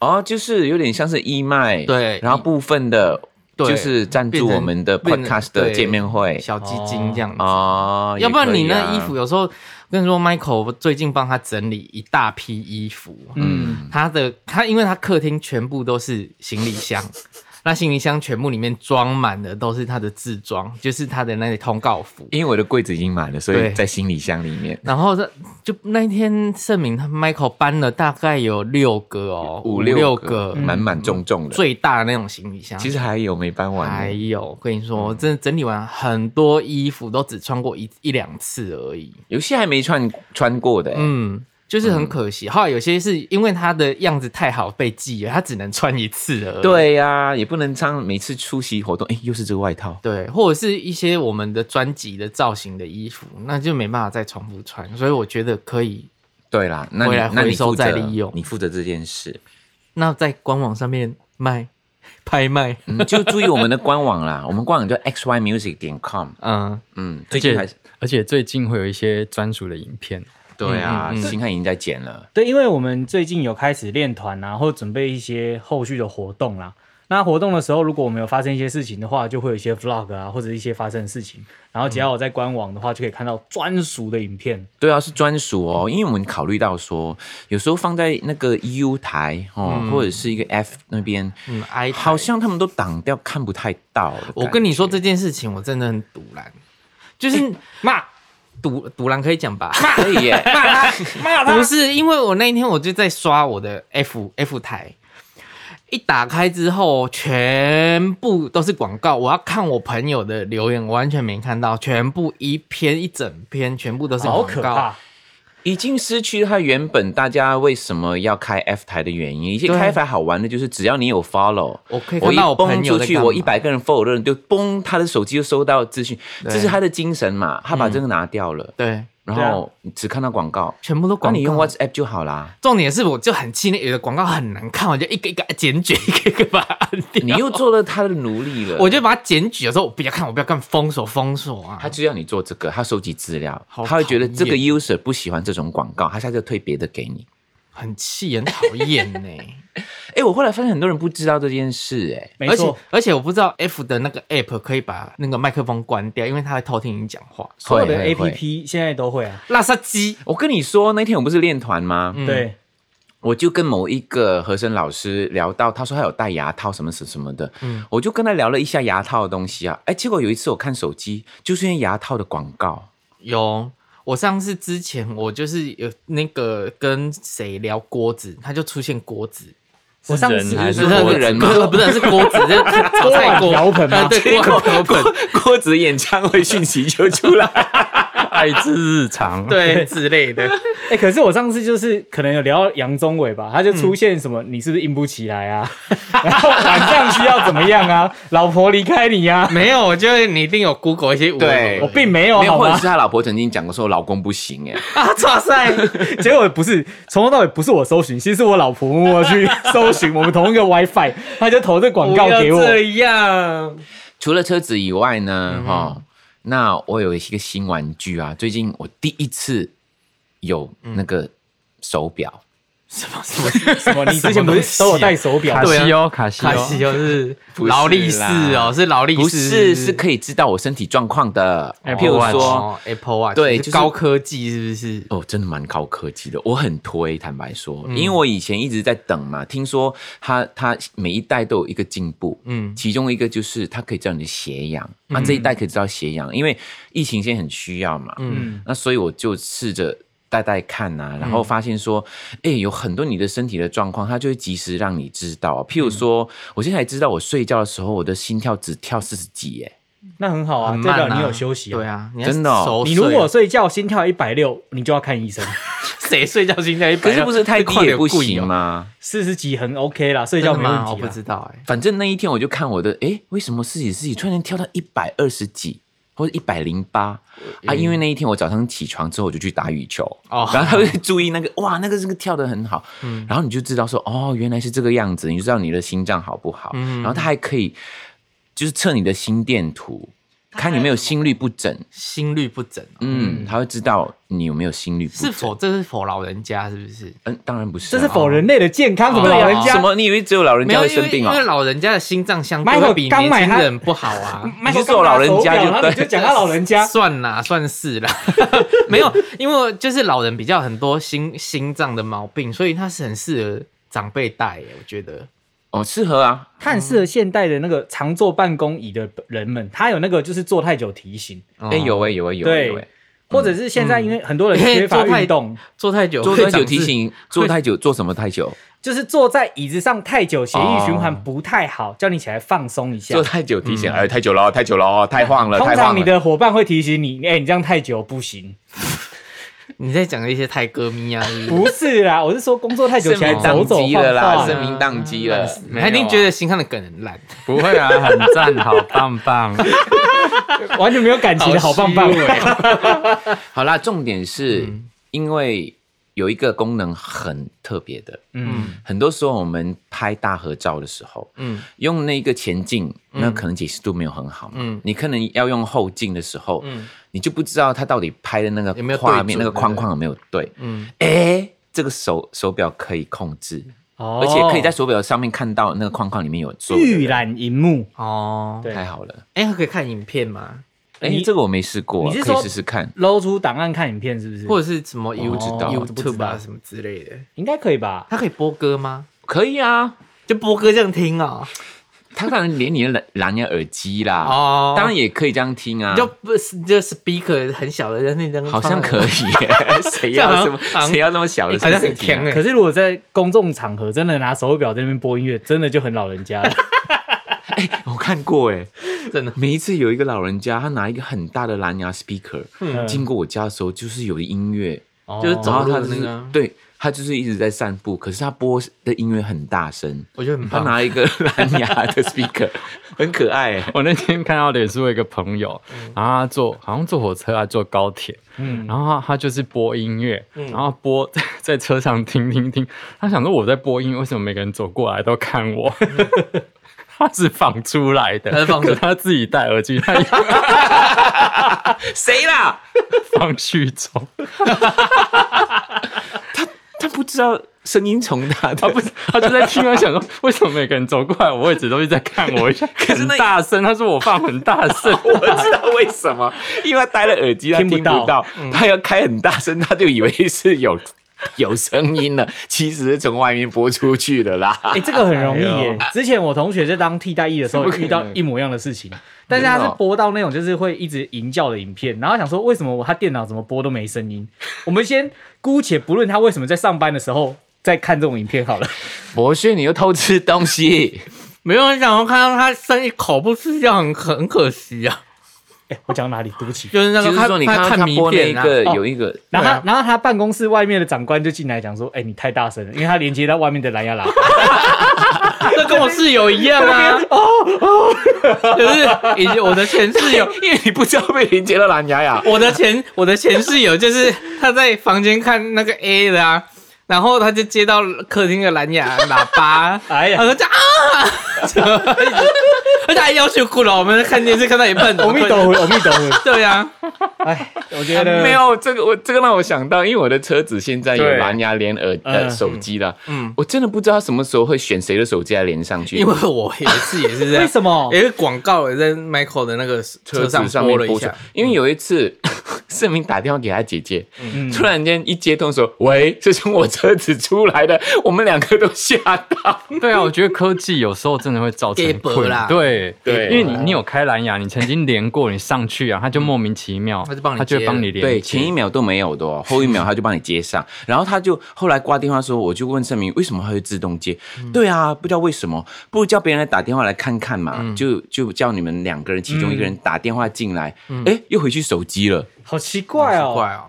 Speaker 4: 哦，就是有点像是义卖，
Speaker 3: 对
Speaker 4: 然后部分的，
Speaker 3: 对
Speaker 4: 就是赞助我们的
Speaker 3: 变成
Speaker 4: podcast 的见面会
Speaker 3: 小基金这样子。
Speaker 4: 哎哦，
Speaker 3: 要不然你
Speaker 4: 也可以啊
Speaker 3: 那衣服，有时候，跟你说，Michael 最近帮他整理一大批衣服，
Speaker 1: 嗯，
Speaker 3: 他的他因为他客厅全部都是行李箱，
Speaker 4: <laughs>
Speaker 3: 那行李箱全部里面装满的都是他的自装，就是他的那些通告服。
Speaker 4: 因为我的柜子已经满了，所以
Speaker 3: 对
Speaker 4: 在行李箱里面
Speaker 3: 然后这就那一天，盛明他 Michael 搬了大概有六个哦，
Speaker 4: 五
Speaker 3: 六
Speaker 4: 个
Speaker 3: 个
Speaker 4: 嗯满满重重的，
Speaker 3: 最大的那种行李箱。
Speaker 4: 其实嗯还有没搬
Speaker 3: 还
Speaker 4: 完的，
Speaker 3: 有，我跟你说，我真的整理完很多衣服都只穿过一一两次而已。
Speaker 4: 有些还没穿穿过的，嗯，
Speaker 3: 嗯，就是很可惜。后来有些是因为它的样子太好被记了，它只能穿一次而已。
Speaker 4: 对呀，也不能穿，每次出席活动，哎，又是这个外套，
Speaker 3: 对，或者是一些我们的专辑的造型的衣服，那就没办法再重复穿。所以我觉得可以，
Speaker 4: 对啦，那
Speaker 3: 回
Speaker 4: 你
Speaker 3: 来
Speaker 4: 那
Speaker 3: 回
Speaker 4: 你
Speaker 3: 收
Speaker 4: 负责
Speaker 3: 再利用
Speaker 4: 你负责这件事，
Speaker 3: 那在官网上面卖 <laughs> 拍卖。
Speaker 4: 嗯，就注意我们的官网啦，我们官网叫 xymusic 点 com，
Speaker 3: 嗯，
Speaker 4: 嗯，
Speaker 5: 而
Speaker 4: 最近还
Speaker 5: 且
Speaker 4: 是
Speaker 5: 而且最近会有一些专属的影片。
Speaker 4: 对啊，
Speaker 3: 嗯嗯嗯
Speaker 4: 星汉已经在剪了。
Speaker 1: 对，因为我们最近有开始练团啊，或者准备一些后续的活动啦。那活动的时候，如果我们有发生一些事情的话，就会有一些 vlog 啊，或者一些发生的事情。然后只要我在官网的话，就可以看到专属的影片。
Speaker 4: 对啊，是专属哦，因为我们考虑到说，有时候放在那个 U 台哦，或者是一个 F 那边，
Speaker 3: 嗯，I 台
Speaker 4: 好像他们都挡掉，看不太到的感觉。
Speaker 3: 我
Speaker 4: 哎
Speaker 3: 跟你说这件事情，我真的很堵然，就是
Speaker 1: 骂
Speaker 3: 堵堵然可以讲吧？
Speaker 4: 可以耶，
Speaker 1: <laughs> 骂他，骂
Speaker 3: 不是，因为我那一天我就在刷我的 F F 台，一打开之后全部都是广告。我要看我朋友的留言，我完全没看到，全部一篇一整篇，全部都
Speaker 4: 嗯
Speaker 3: 是
Speaker 4: 啊
Speaker 1: 好
Speaker 3: 广
Speaker 1: 可
Speaker 3: 告。
Speaker 1: 怕！
Speaker 4: 已经失去它原本大家为什么要开 F 台的原因。以前
Speaker 3: 对
Speaker 4: 开 F 台好玩的就是，只要你有 follow，
Speaker 3: 我可以
Speaker 4: 我
Speaker 3: 看
Speaker 4: 一
Speaker 3: 到我
Speaker 4: 蹦
Speaker 3: 朋友
Speaker 4: 出
Speaker 3: 在
Speaker 4: 去，
Speaker 3: 干嘛
Speaker 4: 我一百个人 follow 的人就嘣，他的手机就收到资讯，这是他的精神嘛，他把这个拿掉了，
Speaker 3: 嗯对，
Speaker 4: 然
Speaker 1: 对啊
Speaker 4: 后你只看到广告，
Speaker 3: 全部都
Speaker 4: 那
Speaker 3: 广
Speaker 4: 你用
Speaker 3: 告。
Speaker 4: WhatsApp 就好啦。
Speaker 3: 重点是，我就很气馁，有的广告很难看，我就一个一个检举，一个一个把它按掉。
Speaker 4: <laughs> 你又做了他的奴隶了，
Speaker 3: 我就把它检举的时候，我不要看，我不要看，封锁封锁啊
Speaker 4: 他！就要你做这个，他收集资料，
Speaker 3: 好
Speaker 4: 他会觉得这个
Speaker 3: 讨
Speaker 4: user 不喜欢这种广告，他下次就推别的给你。
Speaker 3: 很气，很讨厌呢。
Speaker 4: 哎、我后来发现很多人不知道这件事、诶哎，
Speaker 1: 没
Speaker 3: 而且
Speaker 1: 错，
Speaker 3: 而且我不知道 F 的那个 App 可以把那个麦克风关掉，因为它会偷听你讲话。
Speaker 1: 所有的
Speaker 4: 会会
Speaker 1: APP 现在都会啊。
Speaker 3: 拉萨鸡，
Speaker 4: 我跟你说，那天我不是练团吗？
Speaker 3: 嗯
Speaker 1: 对，
Speaker 4: 我就跟某一个和声老师聊到，他说他有戴牙套什么什么什么的，嗯，我就跟他聊了一下牙套的东西啊，哎、结果有一次我看手机，就是因为牙套的广告，
Speaker 3: 有我上次之前我就是有那个跟谁聊锅子，他就出现锅子，我上次
Speaker 5: 人还是
Speaker 3: 不
Speaker 4: 锅人吗
Speaker 3: 不是不是是锅
Speaker 1: <laughs>
Speaker 3: 子，就是炒菜锅
Speaker 1: 锅碗瓢盆吗
Speaker 3: 啊对，锅碗瓢盆，
Speaker 1: <laughs>
Speaker 4: 郭子演唱会讯息就出来，
Speaker 5: 爱之日常。，
Speaker 3: 对之类的。
Speaker 1: <laughs> 哎、可是我上次就是可能有聊到杨宗纬吧，他就
Speaker 3: 嗯
Speaker 1: 出现什么、你是不是硬不起来啊？ <laughs> 然后晚上需要怎么样啊？老婆离开你呀、啊？
Speaker 3: 没有，我觉得你一定有 Google 一些五哦
Speaker 4: 对
Speaker 1: 我并没有
Speaker 4: 没有，
Speaker 1: 好
Speaker 4: 或者
Speaker 1: 吗
Speaker 4: 是？他老婆曾经讲过说老公不行哎，
Speaker 3: 啊，哇塞，
Speaker 1: <laughs> 结果不是从头到尾不是我搜寻，其实是我老婆默默去搜寻我们同一个 WiFi，他就投这广告给我
Speaker 3: 不要。这样，
Speaker 4: 除了车子以外呢，哈、那我有一个新玩具啊，最近我第一次有那个手表，
Speaker 1: 什么？你之前不是都有戴手表？
Speaker 5: 卡
Speaker 1: 对
Speaker 5: 西欧，卡西哦
Speaker 3: 卡
Speaker 5: 欧，
Speaker 3: 西 <laughs> 欧是
Speaker 4: 是啦
Speaker 3: 劳力士哦，是劳力士，
Speaker 4: 不是是可以知道我身体状况的，哎譬
Speaker 5: Apple
Speaker 4: 如
Speaker 5: Watch
Speaker 4: 说。
Speaker 3: 哦 Apple Watch，
Speaker 4: 对
Speaker 3: 是
Speaker 4: 就是
Speaker 3: 高科技是不是？
Speaker 4: 哦，真的蛮高科技的，我很推，坦白说，因为我以前一直在等嘛，听说它它每一代都有一个进步，
Speaker 3: 嗯
Speaker 4: 其中一个就是它可以知道你的血氧，那、这一代可以知道血氧，因为疫情现在很需要嘛，
Speaker 3: 嗯，
Speaker 4: 那所以我就试着戴戴看呐、然后发现说，哎、有很多你的身体的状况，它就会及时让你知道。譬如说，我现在才知道我睡觉的时候，我的心跳只跳四十几耶，
Speaker 1: 那很好啊
Speaker 3: 很，
Speaker 1: 代
Speaker 3: 慢
Speaker 1: 表
Speaker 3: 啊
Speaker 1: 你有休息、
Speaker 3: 对。啊，你还
Speaker 4: 真的哦
Speaker 3: 熟睡啊
Speaker 1: 你如果睡觉心跳一百六，你就要看医生。
Speaker 3: <laughs> 谁睡觉心跳一百，
Speaker 4: 可是不是太低
Speaker 3: 快
Speaker 4: 也不行？吗？
Speaker 1: 四十几很 OK 啦，睡
Speaker 3: 睡觉
Speaker 1: 觉
Speaker 3: 没
Speaker 1: 没
Speaker 3: 问题，
Speaker 1: 问
Speaker 3: 我
Speaker 1: 题啊
Speaker 3: 不
Speaker 1: 啦。
Speaker 3: 知道哎。
Speaker 4: 反正那一天我就看我的，哎，为什么自己自己突然间跳到一百二十几或者一百零八啊？因为那一天我早上起床之后我就去打羽球，
Speaker 3: 哦
Speaker 4: <laughs> 然后他会注意那个，哇，那个这个跳得很好，然后你就知道说，哦，原来是这个样子，你就知道你的心脏好不好，然后他还可以就是测你的心电图，看你有没有心律不整，
Speaker 3: 心律不整哦，
Speaker 4: 嗯，他会知道你有没有心律不
Speaker 3: 是
Speaker 4: 整。
Speaker 3: 否这是否老人家是不是？
Speaker 4: 嗯，当然不是啊、
Speaker 1: 这是否人类的健康，怎么
Speaker 3: 哦对啊
Speaker 1: 哦老人家
Speaker 4: 什么？你以为只有老人
Speaker 3: 没
Speaker 4: 家
Speaker 3: 有，
Speaker 4: 会
Speaker 3: 因
Speaker 4: 生
Speaker 3: 为
Speaker 4: 病
Speaker 3: 因
Speaker 4: 哦
Speaker 3: 为？老人家的心脏相对
Speaker 1: Michael
Speaker 3: 会比
Speaker 1: 刚
Speaker 3: 年
Speaker 1: 买
Speaker 3: 轻
Speaker 1: 他
Speaker 3: 人不好啊。
Speaker 1: 麦克
Speaker 4: 你是说老人家
Speaker 1: 刚
Speaker 4: 就
Speaker 1: 拿手表然后你
Speaker 4: 对
Speaker 1: 就讲他老
Speaker 4: <laughs>
Speaker 1: 人家，
Speaker 3: 算啦，算是啦， <laughs> 没有，因为就是老人比较很多心心脏的毛病，所以他是很适合长辈戴耶，我觉得。
Speaker 4: 哦，适合啊，
Speaker 1: 它很适合现代的那个常坐办公椅的人们，他有那个就是坐太久提醒，
Speaker 4: 哎、有哎、有哎、有哎、有哎、嗯
Speaker 1: 对，或者是现在因为很多人缺乏
Speaker 4: <laughs>
Speaker 1: 运动，
Speaker 3: 坐太久
Speaker 4: 做
Speaker 3: 会
Speaker 4: 太久
Speaker 3: 长
Speaker 4: 提
Speaker 3: 痣，
Speaker 4: 醒，做太久做什么太久？
Speaker 1: 就是坐在椅子上太久，血液循环不太好，叫你起来放松一下
Speaker 4: 做。太久提醒，哎，太久了，太久了，太晃了，
Speaker 1: 通
Speaker 4: 太
Speaker 1: 常
Speaker 4: 晃
Speaker 1: 你
Speaker 4: 了。
Speaker 1: 的伙伴会提醒你，哎、你这样太久不行。 <laughs>
Speaker 3: 你在讲一些泰戈咪啊，是不是
Speaker 1: 不是啦，我是说工作太久起来
Speaker 4: 是吗
Speaker 1: 走走
Speaker 4: 宕
Speaker 1: 晃
Speaker 4: 机
Speaker 1: 晃
Speaker 4: 了啦是
Speaker 1: 啊。
Speaker 4: 声明宕机了
Speaker 5: 没
Speaker 3: 他
Speaker 5: 有啊
Speaker 3: 一定觉得新康的梗很烂，
Speaker 5: 不会啊，很赞，好棒棒。
Speaker 1: 完全没有感情的好棒棒。
Speaker 3: 虚伪哦
Speaker 4: 好啦，重点是因为有一个功能很特别的，
Speaker 1: 嗯，
Speaker 4: 很多时候我们拍大合照的时候，
Speaker 3: 嗯
Speaker 4: 用那个前镜，那可能解析度没有很好嘛，
Speaker 3: 嗯
Speaker 4: 你可能要用后镜的时候，
Speaker 3: 嗯
Speaker 4: 你就不知道它到底拍的那个
Speaker 3: 有没有对
Speaker 4: 画
Speaker 3: 准
Speaker 4: 面那个
Speaker 3: 对不对
Speaker 4: 框框有没有对，
Speaker 3: 嗯，
Speaker 4: 哎、这个手手表可以控制。
Speaker 1: 哦
Speaker 4: 而且可以在手表上面看到那个框框里面有做，
Speaker 1: 预览荧幕。
Speaker 3: 哦，
Speaker 1: 对
Speaker 4: 太好了。
Speaker 3: 哎，可以看影片吗？
Speaker 4: 哎、
Speaker 1: 你
Speaker 4: 这个我没试过，
Speaker 1: 你是
Speaker 4: 可
Speaker 1: 说
Speaker 4: 以试试看。
Speaker 1: 搂出档案看影片是不是？
Speaker 3: 或者是什么 You
Speaker 4: 知道
Speaker 1: 我不知
Speaker 3: YouTube
Speaker 1: 道
Speaker 3: 啊什么之类的，
Speaker 1: 应该可以吧？
Speaker 3: 它可以播歌吗？
Speaker 4: 可以啊，
Speaker 3: 就播歌这样听啊？
Speaker 4: 它当然连你的蓝蓝牙耳机啦，
Speaker 3: 哦
Speaker 4: 当然也可以这样听啊，
Speaker 3: 就不是就 speaker 很小的在那张，
Speaker 4: 好像可
Speaker 3: <laughs>
Speaker 4: 以耶，谁
Speaker 3: 这
Speaker 4: 要
Speaker 3: 样
Speaker 4: 这么
Speaker 3: 好像
Speaker 4: 谁要那么小
Speaker 3: <laughs>
Speaker 4: 的
Speaker 3: 好像
Speaker 4: 事
Speaker 3: 很
Speaker 4: 情
Speaker 3: 强
Speaker 4: 啊？
Speaker 3: 哎。
Speaker 1: 可是如果在公众场合真的拿手表在那边播音乐，真的就很老人家了。
Speaker 3: 啊
Speaker 4: 我看过哎，
Speaker 3: 真的
Speaker 4: 每一次有一个老人家，他拿一个很大的蓝牙 speaker，、
Speaker 1: <laughs> 嗯哦
Speaker 4: 经过我家的时候，就是有音乐，
Speaker 3: 就是
Speaker 4: 然
Speaker 3: 走
Speaker 4: 后
Speaker 3: 路
Speaker 4: 他
Speaker 3: 的
Speaker 4: 就是、
Speaker 3: 那个啊，
Speaker 4: 对他就是一直在散步，可是他播的音乐很大声，
Speaker 3: 我觉得很
Speaker 4: 他
Speaker 3: 棒。
Speaker 4: 拿一个 <laughs> 蓝牙的 speaker，很可爱哎。
Speaker 5: <laughs> 我那天看到脸书有一个朋友，然后他坐好像坐火车啊，坐高铁，
Speaker 1: 嗯，
Speaker 5: 然后他他就是播音乐，然后播 <laughs> 在在车上听听听，他想说我在播音乐，为什么每个人走过来都看我？ <laughs> 他是仿出来的，
Speaker 3: 他是仿出
Speaker 5: 可他自己戴耳机，他也
Speaker 4: 谁啦？
Speaker 5: <laughs> 放去走，
Speaker 4: 他不知道声音从哪的，<laughs>
Speaker 5: 他不，他就在听，他想说为什么每个人走过来，我位置都是在看我一下，
Speaker 4: 是
Speaker 5: 很
Speaker 4: 那
Speaker 5: 大声，他说我放很大声，
Speaker 4: <laughs> 我知道为什么，因为他戴了耳机，他
Speaker 1: 听
Speaker 4: 听嗯
Speaker 1: 不
Speaker 4: <laughs> 不到，他要开很大声，他就以为是有有声音了，其实是从外面播出去的啦。
Speaker 1: 哎、这个很容易耶、之前我同学在当替代役的时候遇到一模一样的事哦情，但是他是播到那种就是会一直吟叫的影片，然后想说为什么我他电脑怎么播都没声音。我们先姑且不论他为什么在上班的时候在看这种影片好了。 <laughs>
Speaker 4: 博旭，你又偷吃东西，
Speaker 3: 没有人想要看到他生一口不吃掉，很可很可惜啊。
Speaker 1: 哎、我讲到哪里？对不起。
Speaker 3: 就是那
Speaker 4: 就
Speaker 3: 个
Speaker 4: 是说你
Speaker 3: 看
Speaker 4: 刚刚
Speaker 3: 看
Speaker 4: 他
Speaker 3: 迷
Speaker 4: 播那
Speaker 3: 片
Speaker 4: 一
Speaker 3: 啊，
Speaker 4: 个
Speaker 1: 哦
Speaker 4: 有一个，
Speaker 1: 然后他，然后他办公室外面的长官就进来讲说：“哎、你太大声了，因为他连接到外面的蓝牙喇叭。
Speaker 3: 这跟我室友一样
Speaker 4: <laughs>
Speaker 3: 啊。就是以前我的前室友，
Speaker 4: 因为你不知道被连接到蓝牙呀。
Speaker 3: 我的前我的前室友就是他在房间看那个 A 的啊，然后他就接到客厅的蓝牙喇叭， <laughs>
Speaker 1: 哎呀 <laughs>
Speaker 3: 他说这啊， <laughs> 而且还要求哭了，我们看电视看到一半，
Speaker 1: 阿弥陀佛，阿弥陀佛。
Speaker 3: 对啊呀、
Speaker 1: 哎，我觉得
Speaker 4: 没有这个，我这个让我想到，因为我的车子现在有
Speaker 5: 对
Speaker 4: 蓝牙连耳
Speaker 1: 嗯
Speaker 4: 呃手机了，
Speaker 3: 嗯
Speaker 4: 嗯，我真的不知道什么时候会选谁的手机来连上去，
Speaker 3: 因为我有一次也
Speaker 4: 啊
Speaker 3: 是这
Speaker 1: <laughs> 为
Speaker 3: 样。
Speaker 1: 什么
Speaker 3: 有一个广告也在 Michael 的那个车
Speaker 4: 车
Speaker 3: 上
Speaker 4: 子上
Speaker 3: 播
Speaker 4: 面
Speaker 3: 了一
Speaker 4: 播出
Speaker 3: 下，。
Speaker 4: 因为有一次，盛明打电话给他姐姐，
Speaker 1: 嗯
Speaker 4: <laughs> 突然间一接通说：“喂，是从我车子出来的。”我们两个都吓到。
Speaker 5: 对啊，我觉得科技有时候真的会造
Speaker 3: 给
Speaker 5: 成
Speaker 3: 薄
Speaker 5: 困
Speaker 3: 啦
Speaker 5: 扰。对
Speaker 4: 对
Speaker 5: 因为你你有开蓝牙，你曾经连过，你上去啊，它就莫名其妙，
Speaker 3: 嗯它就帮你
Speaker 5: 它就
Speaker 3: 接
Speaker 5: 会帮
Speaker 3: 了
Speaker 5: 你连接。
Speaker 4: 对，
Speaker 5: <laughs>
Speaker 4: 前一秒都没有的、哦，后一秒他就帮你接上，然后他就后来挂电话说，我就问盛明为什么他会自动接？对啊，不知道为什么，不如叫别人来打电话来看看嘛，就就叫你们两个人其中一个人打电话进来，哎，又回去手机了，
Speaker 1: 好奇怪哦。
Speaker 3: 怪哦，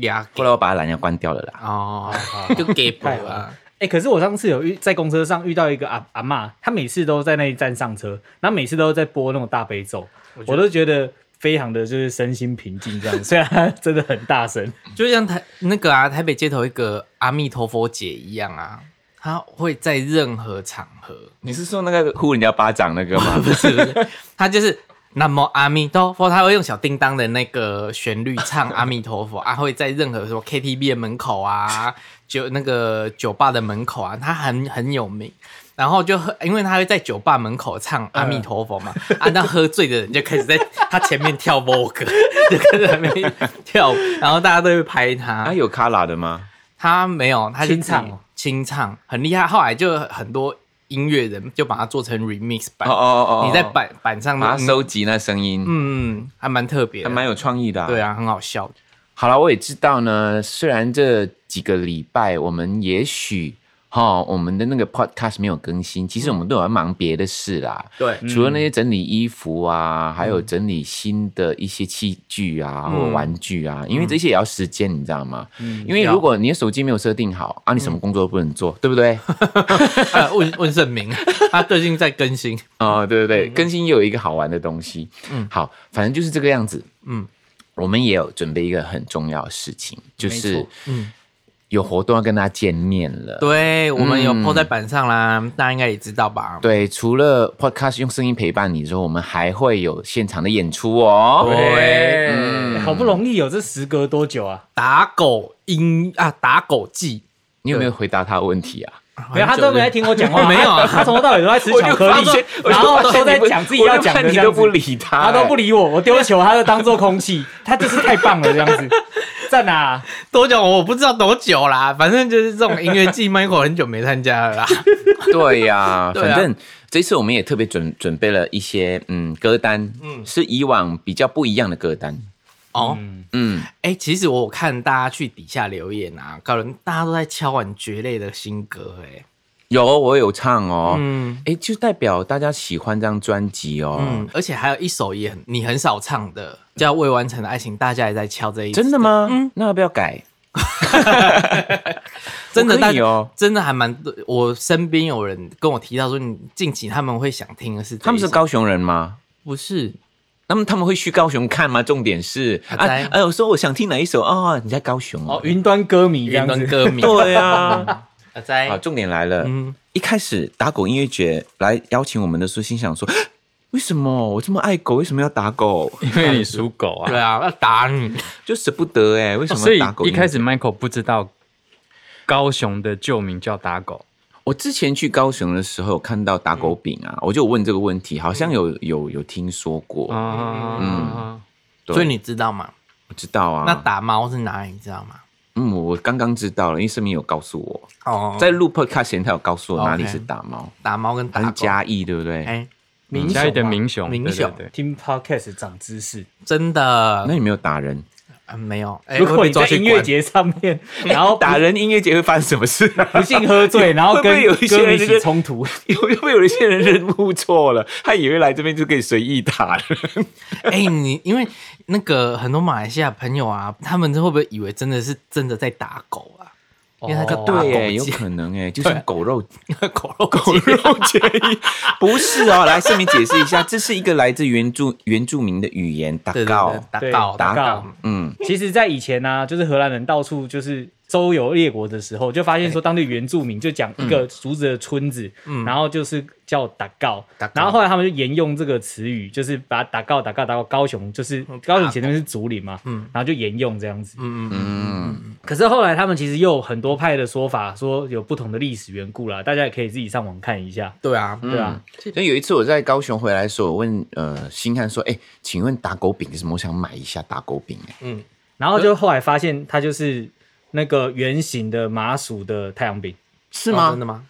Speaker 3: 牙
Speaker 4: 后来我把他蓝牙关掉了啦。
Speaker 3: 哦，就给 <laughs> 补
Speaker 1: 太好
Speaker 3: 啊
Speaker 1: 了。哎、可是我上次有遇在公车上遇到一个阿阿嬷，她每次都在那一站上车，然后每次都在播那种大悲咒，我都觉得非常的就是身心平静这样，虽然她真的很大声，
Speaker 3: 就像台那个啊，台北街头一个阿弥陀佛姐一样啊，她会在任何场合，
Speaker 4: 你是说那个呼人家巴掌那个 <laughs> 吗？
Speaker 3: 不是不是， <laughs> 她就是南无阿弥陀佛，她会用小叮当的那个旋律唱阿弥陀佛，啊，会在任何什么 KTV 的门口啊，酒那个酒吧的门口啊，她很很有名。然后就喝，因为她会在酒吧门口唱阿弥陀佛嘛，啊，那喝醉的人就开始在她前面跳 Vogue，就开始在那边跳舞，然后大家都会拍她。
Speaker 4: 啊，有卡拉的吗？
Speaker 3: 他没有，他就
Speaker 1: 清唱哦
Speaker 3: 清唱很厉害。后来就很多音乐人就把它做成 remix 版，
Speaker 4: <laughs> 哦哦哦，
Speaker 3: 你在
Speaker 4: 把
Speaker 3: 版版上
Speaker 4: 它
Speaker 3: 面
Speaker 4: 收集那声音，
Speaker 3: 嗯，嗯还蛮特别
Speaker 4: 还
Speaker 3: 的，
Speaker 4: 蛮有创意的、
Speaker 3: 对。啊，很好笑 <laughs> 的。
Speaker 4: 好了，我也知道呢。虽然这几个礼拜我们也许哈我们的那个 podcast 没有更新，其实我们都有在忙别的事啦。
Speaker 3: 对嗯
Speaker 4: 除了那些整理衣服啊，还有整理新的一些器具啊、或玩具啊，因为这些也要时间，你知道吗？
Speaker 3: 嗯
Speaker 4: 因为如果你的手机没有设定好啊，你什么工作都不能做，对不对？
Speaker 3: 啊问问盛明， <laughs> 他最近在更新，
Speaker 4: 哦，对对对，更新也有一个好玩的东西。嗯，好，反正就是这个样子。
Speaker 3: 嗯
Speaker 4: 嗯，我们也有准备一个很重要的事情，就
Speaker 1: 没
Speaker 4: 是
Speaker 1: 错
Speaker 3: 嗯
Speaker 4: 嗯，有活动要跟大家见面了。
Speaker 3: 对我们有
Speaker 4: 嗯
Speaker 3: po 在版上啦，大家应该也知道吧？
Speaker 4: 对，除了 podcast 用声音陪伴你之后，我们还会有现场的演出 <laughs> 哦。嗯
Speaker 5: 对，
Speaker 1: 哎好不容易有这时隔多久啊？
Speaker 3: 打狗音啊，打狗记，
Speaker 4: 你有没有回答他的问题啊？
Speaker 1: 没有，他都没在听我讲
Speaker 4: <laughs>
Speaker 1: 话，
Speaker 3: 没有啊
Speaker 1: 他他从头到尾都在吃巧克
Speaker 4: 我
Speaker 1: 力
Speaker 4: 就发现，我就
Speaker 1: 然后
Speaker 4: 发现
Speaker 1: 都在
Speaker 4: 你不
Speaker 1: 讲自己要
Speaker 4: 我就
Speaker 1: 讲的
Speaker 4: 看
Speaker 1: 这
Speaker 4: 你
Speaker 1: 样
Speaker 4: 都不
Speaker 1: 子，
Speaker 4: 理欸他，
Speaker 1: 他都不理我，我丢球他就当做空气，他就是太棒了这样子，在哪、
Speaker 3: 多久我不知道多久啦，反正就是这种音乐季 <laughs> ，Michael 很久没参加了啦。
Speaker 4: 对呀、
Speaker 3: 对啊
Speaker 4: 反正这次我们也特别准准备了一些嗯歌单，嗯，是以往比较不一样的歌单，
Speaker 3: 哦，
Speaker 4: 嗯，
Speaker 3: 哎、其实我有看大家去底下留言啊，搞人大家都在敲碗蕨类的新歌、哎，
Speaker 4: 有我有唱哦，
Speaker 3: 嗯
Speaker 4: 哎，就代表大家喜欢这张专辑哦，
Speaker 3: 嗯，而且还有一首也很你很少唱的，叫《未完成的爱情》，大家也在敲这一
Speaker 4: 真
Speaker 3: 的
Speaker 4: 的吗？
Speaker 5: 嗯
Speaker 4: 那要不要改？
Speaker 3: 真的
Speaker 4: 我可
Speaker 3: 大
Speaker 4: 以哦，
Speaker 3: 真的还蛮多。我身边有人跟我提到说，你近期他们会想听的是这一首
Speaker 4: 他们是高雄人吗？
Speaker 3: 不是？
Speaker 4: 那么他们会去高雄看吗？重点是
Speaker 3: 啊
Speaker 4: 啊，
Speaker 3: 在
Speaker 4: 哎，我说我想听哪一首啊、哦？你在高雄
Speaker 1: 哦
Speaker 4: 哦，，
Speaker 1: 云端歌迷这
Speaker 3: 云
Speaker 1: 样
Speaker 3: 端
Speaker 4: <laughs>
Speaker 1: 子，
Speaker 3: 歌迷
Speaker 4: 对
Speaker 5: <laughs>
Speaker 4: 啊，
Speaker 3: 阿仔
Speaker 5: 哎
Speaker 4: 好，重点来了，
Speaker 3: 嗯
Speaker 4: 一开始打狗音乐节来邀请我们的时候，心想说， <gasps> 为什么我这么爱狗，为什么要打狗？
Speaker 5: 因为你属狗啊，
Speaker 3: 对啊，要打你，
Speaker 4: 就舍不得哎、为什么
Speaker 5: 哦所
Speaker 4: 要
Speaker 5: 以
Speaker 4: 打狗？
Speaker 5: 一开始 Michael 不知道高雄的旧名叫打狗，
Speaker 4: 我之前去高雄的时候，有看到打狗饼啊，我就问这个问题，好像有有有听说过，
Speaker 5: 啊，
Speaker 4: 嗯
Speaker 5: 嗯，
Speaker 4: 对
Speaker 3: 所以你知道吗？
Speaker 4: 我知道啊。
Speaker 3: 那打猫是哪里？你知道吗？
Speaker 4: 嗯，我刚刚知道了，因为身边有告诉我，
Speaker 3: 哦，
Speaker 4: 在录 podcast 前他有告诉我
Speaker 3: OK
Speaker 4: 哪里是打猫，
Speaker 3: 打猫跟
Speaker 4: 他
Speaker 3: 打
Speaker 4: 是
Speaker 3: 狗，
Speaker 4: 嘉义，对不对？嗯
Speaker 3: 哎，
Speaker 1: 明
Speaker 5: 加一点
Speaker 1: 啊
Speaker 5: 明雄，
Speaker 3: 民
Speaker 5: 对
Speaker 3: 雄
Speaker 5: 对对
Speaker 1: 听 podcast 长知识。
Speaker 3: 真的
Speaker 4: 那，你没有打人？
Speaker 3: 呃没有，哎
Speaker 1: 如果
Speaker 3: 会
Speaker 1: 你
Speaker 3: 被抓
Speaker 1: 在
Speaker 3: 去
Speaker 1: 音乐
Speaker 3: 关
Speaker 1: 节上
Speaker 4: <laughs>
Speaker 1: 面，然后
Speaker 4: 哎打人音乐节会发生什么事 <laughs> 啊？
Speaker 1: 不幸喝醉，然后
Speaker 4: 会不
Speaker 1: 跟
Speaker 4: 会有一些
Speaker 1: 歌迷
Speaker 4: 人
Speaker 1: 起
Speaker 4: 就是
Speaker 1: 冲突，
Speaker 4: 会不会有一些人认不错了，他以为来这边就可以随意打人？
Speaker 3: <laughs> 哎、你因为那个很多马来西亚朋友啊，他们会不会以为真的是真的在打狗啊？因为他叫打
Speaker 4: 哦对
Speaker 3: 狗
Speaker 4: 耶，有
Speaker 3: 节，
Speaker 4: 可
Speaker 3: <laughs>
Speaker 4: 能哎，就像狗肉
Speaker 3: 狗肉狗
Speaker 4: <laughs> 肉节一，不是哦。来，盛明解释一下，这是一个来自原住原住民的语言，打
Speaker 3: 对对
Speaker 4: 告
Speaker 3: 对，，打
Speaker 1: 对
Speaker 3: 狗
Speaker 4: 打
Speaker 1: 打告
Speaker 4: 告。嗯，
Speaker 1: 其实，在以前呢、啊就是荷兰人到处就是周游列国的时候，就发现
Speaker 3: 哎
Speaker 1: 说当地原住民就讲一
Speaker 3: 嗯
Speaker 1: 个竹子的村子，然后就是叫打告
Speaker 3: 打，告
Speaker 1: 然后后来他们就沿用这个词语，就是把打告打告打告高雄，就是高雄以前那边是竹林嘛，
Speaker 3: 嗯
Speaker 1: 然后就沿用这样子。
Speaker 3: 嗯嗯嗯，
Speaker 4: 嗯，
Speaker 1: 可是后来他们其实又有很多派的说法，说有不同的历史缘故啦，大家也可以自己上网看一下，
Speaker 3: 对啊，
Speaker 1: 对啊，
Speaker 4: 所以有一次我在高雄回来的时候，我问呃星汉说：“哎、请问打狗饼是什么？我想买一下打狗饼。”哎，
Speaker 1: 然后就后来发现它就是那个圆形的麻薯的太阳饼。
Speaker 4: 是
Speaker 3: 哦真的吗？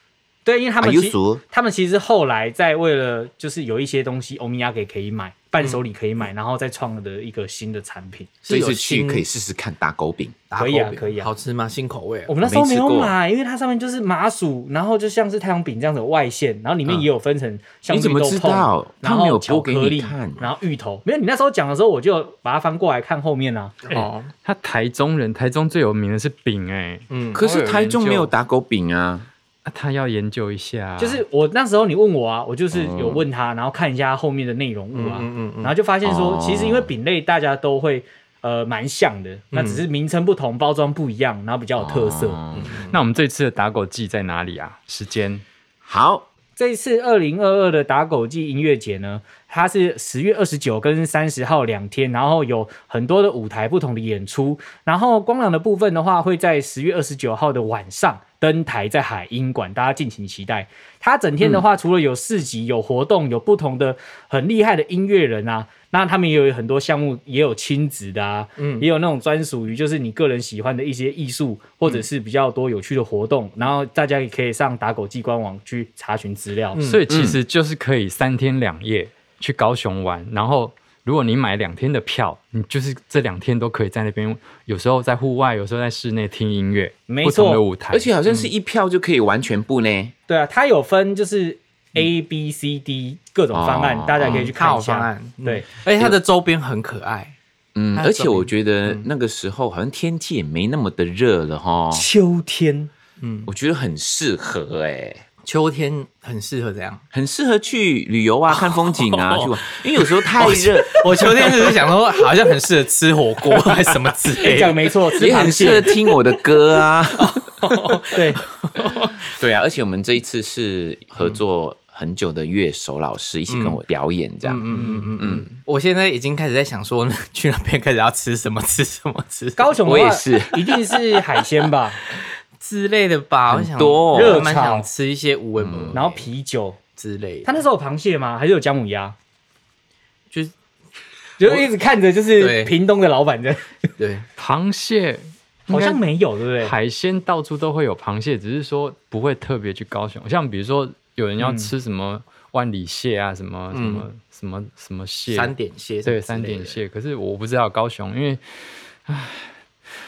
Speaker 1: 对，因为他们
Speaker 4: 啊有
Speaker 1: 其
Speaker 4: 熟
Speaker 1: 他们其实后来在为了就是有一些东西欧米亚给可以买，伴手礼可以买，然后再创的一个新的产品。
Speaker 4: 这
Speaker 3: 有
Speaker 4: 次去
Speaker 3: 新
Speaker 4: 可以试试看打狗饼。
Speaker 3: 打狗
Speaker 1: 可以啊
Speaker 3: 饼
Speaker 1: 可以啊
Speaker 3: 好吃吗？新口味啊
Speaker 1: 我，们那时候没有
Speaker 4: 没吃过
Speaker 1: 买，因为它上面就是麻薯，然后就像是太阳饼这样子的外馅，然后里面也有分成像
Speaker 4: 你怎么
Speaker 1: 绿豆
Speaker 4: 知
Speaker 1: 椪
Speaker 4: 道
Speaker 1: 然
Speaker 4: 他没
Speaker 1: 后
Speaker 4: 有
Speaker 1: 巧
Speaker 4: 播给你
Speaker 1: 克力
Speaker 4: 看，
Speaker 1: 然后芋头。没有，你那时候讲的时候，我就把它翻过来看后面啊。
Speaker 3: 哦，
Speaker 5: 他台中人，台中最有名的是饼哎、
Speaker 3: 嗯，
Speaker 4: 可是台中没有打狗饼啊。
Speaker 5: 啊他要研究一下，啊
Speaker 1: 就是我那时候你问我啊，我就是有问他，然后看一下后面的内容物啊，
Speaker 3: 嗯嗯嗯嗯嗯
Speaker 1: 然后就发现说，
Speaker 4: 哦
Speaker 1: 其实因为饼类大家都会呃蛮像的，
Speaker 3: 嗯
Speaker 1: 那只是名称不同，包装不一样，然后比较有特色。
Speaker 4: 哦
Speaker 5: 那我们这次的打狗季在哪里啊？时间
Speaker 4: 好，
Speaker 1: 这一次二零二二的打狗季音乐节呢，它是十月二十九跟三十号两天，然后有很多的舞台不同的演出。然后光良的部分的话，会在十月二十九号的晚上登台在海鹰馆，大家敬请期待。它整天的话，除了有市集、有活动、有不同的很厉害的音乐人啊，那他们也有很多项目，也有亲子的啊，嗯，也有那种专属于就是你个人喜欢的一些艺术，或者是比较多有趣的活动。然后大家也可以上打狗记官网去查询资料。
Speaker 3: 嗯
Speaker 5: 所以其实就是可以三天两夜去高雄玩，然后如果你买两天的票，你就是这两天都可以在那边，有时候在户外，有时候在室内听音乐，
Speaker 1: 没
Speaker 5: 不同
Speaker 1: 错
Speaker 5: 的舞台，
Speaker 4: 而且好像是一票就可以完全不呢。
Speaker 1: 对啊，它有分就是 A、B、C、D 各种方案，
Speaker 4: 哦
Speaker 1: 大家可以去看一
Speaker 3: 嗯
Speaker 1: 下。
Speaker 3: 看好方案
Speaker 1: 对，
Speaker 3: 而且它的周边很可爱，
Speaker 4: 嗯，
Speaker 3: 那
Speaker 4: 而且
Speaker 3: 怎么
Speaker 4: 我觉得那个时候好像天气也没那么的热了哈，
Speaker 1: 秋天
Speaker 4: 我觉得很适合哎、
Speaker 3: 秋天很适合这样。
Speaker 4: 很适合去旅游啊，看风景啊，去玩。因为有时候太热，
Speaker 3: 我秋天只是想说，好像很适合吃火锅还是什么之类
Speaker 1: 你哎讲
Speaker 3: 的。
Speaker 1: 得没错，吃
Speaker 4: 哎也
Speaker 1: 螃
Speaker 4: 很适合
Speaker 1: 蟹。
Speaker 4: 听我的歌啊。
Speaker 1: 对，
Speaker 4: 对啊，而且我们这一次是合作很久的乐手老师一起跟我表演，这样。
Speaker 3: 嗯嗯嗯嗯，我现在已经开始在想说，去那边开始要吃什么，吃什么，吃
Speaker 1: 高雄的
Speaker 4: 我
Speaker 1: 话
Speaker 4: 也是，
Speaker 1: 一定是海鲜吧，
Speaker 3: 之类的吧。我想
Speaker 4: 多哦嗯
Speaker 3: 我蛮
Speaker 1: 热炒
Speaker 3: 想吃一些无味不，
Speaker 1: 然后啤酒。
Speaker 3: 之类的。
Speaker 1: 他那时候有螃蟹吗？还是有姜母鸭？
Speaker 3: 就是
Speaker 1: 就一直看着，就是
Speaker 3: 对
Speaker 1: 屏东的老板在，
Speaker 3: 对
Speaker 5: 螃蟹
Speaker 1: 好像没有，对不对？
Speaker 5: 海鲜到处都会有螃蟹，只是说不会特别去高雄。像比如说有人要吃什么万里蟹啊，什么什么什么什么蟹，
Speaker 3: 嗯三点蟹什么之类的，
Speaker 5: 对三点蟹，可是我不知道高雄，因为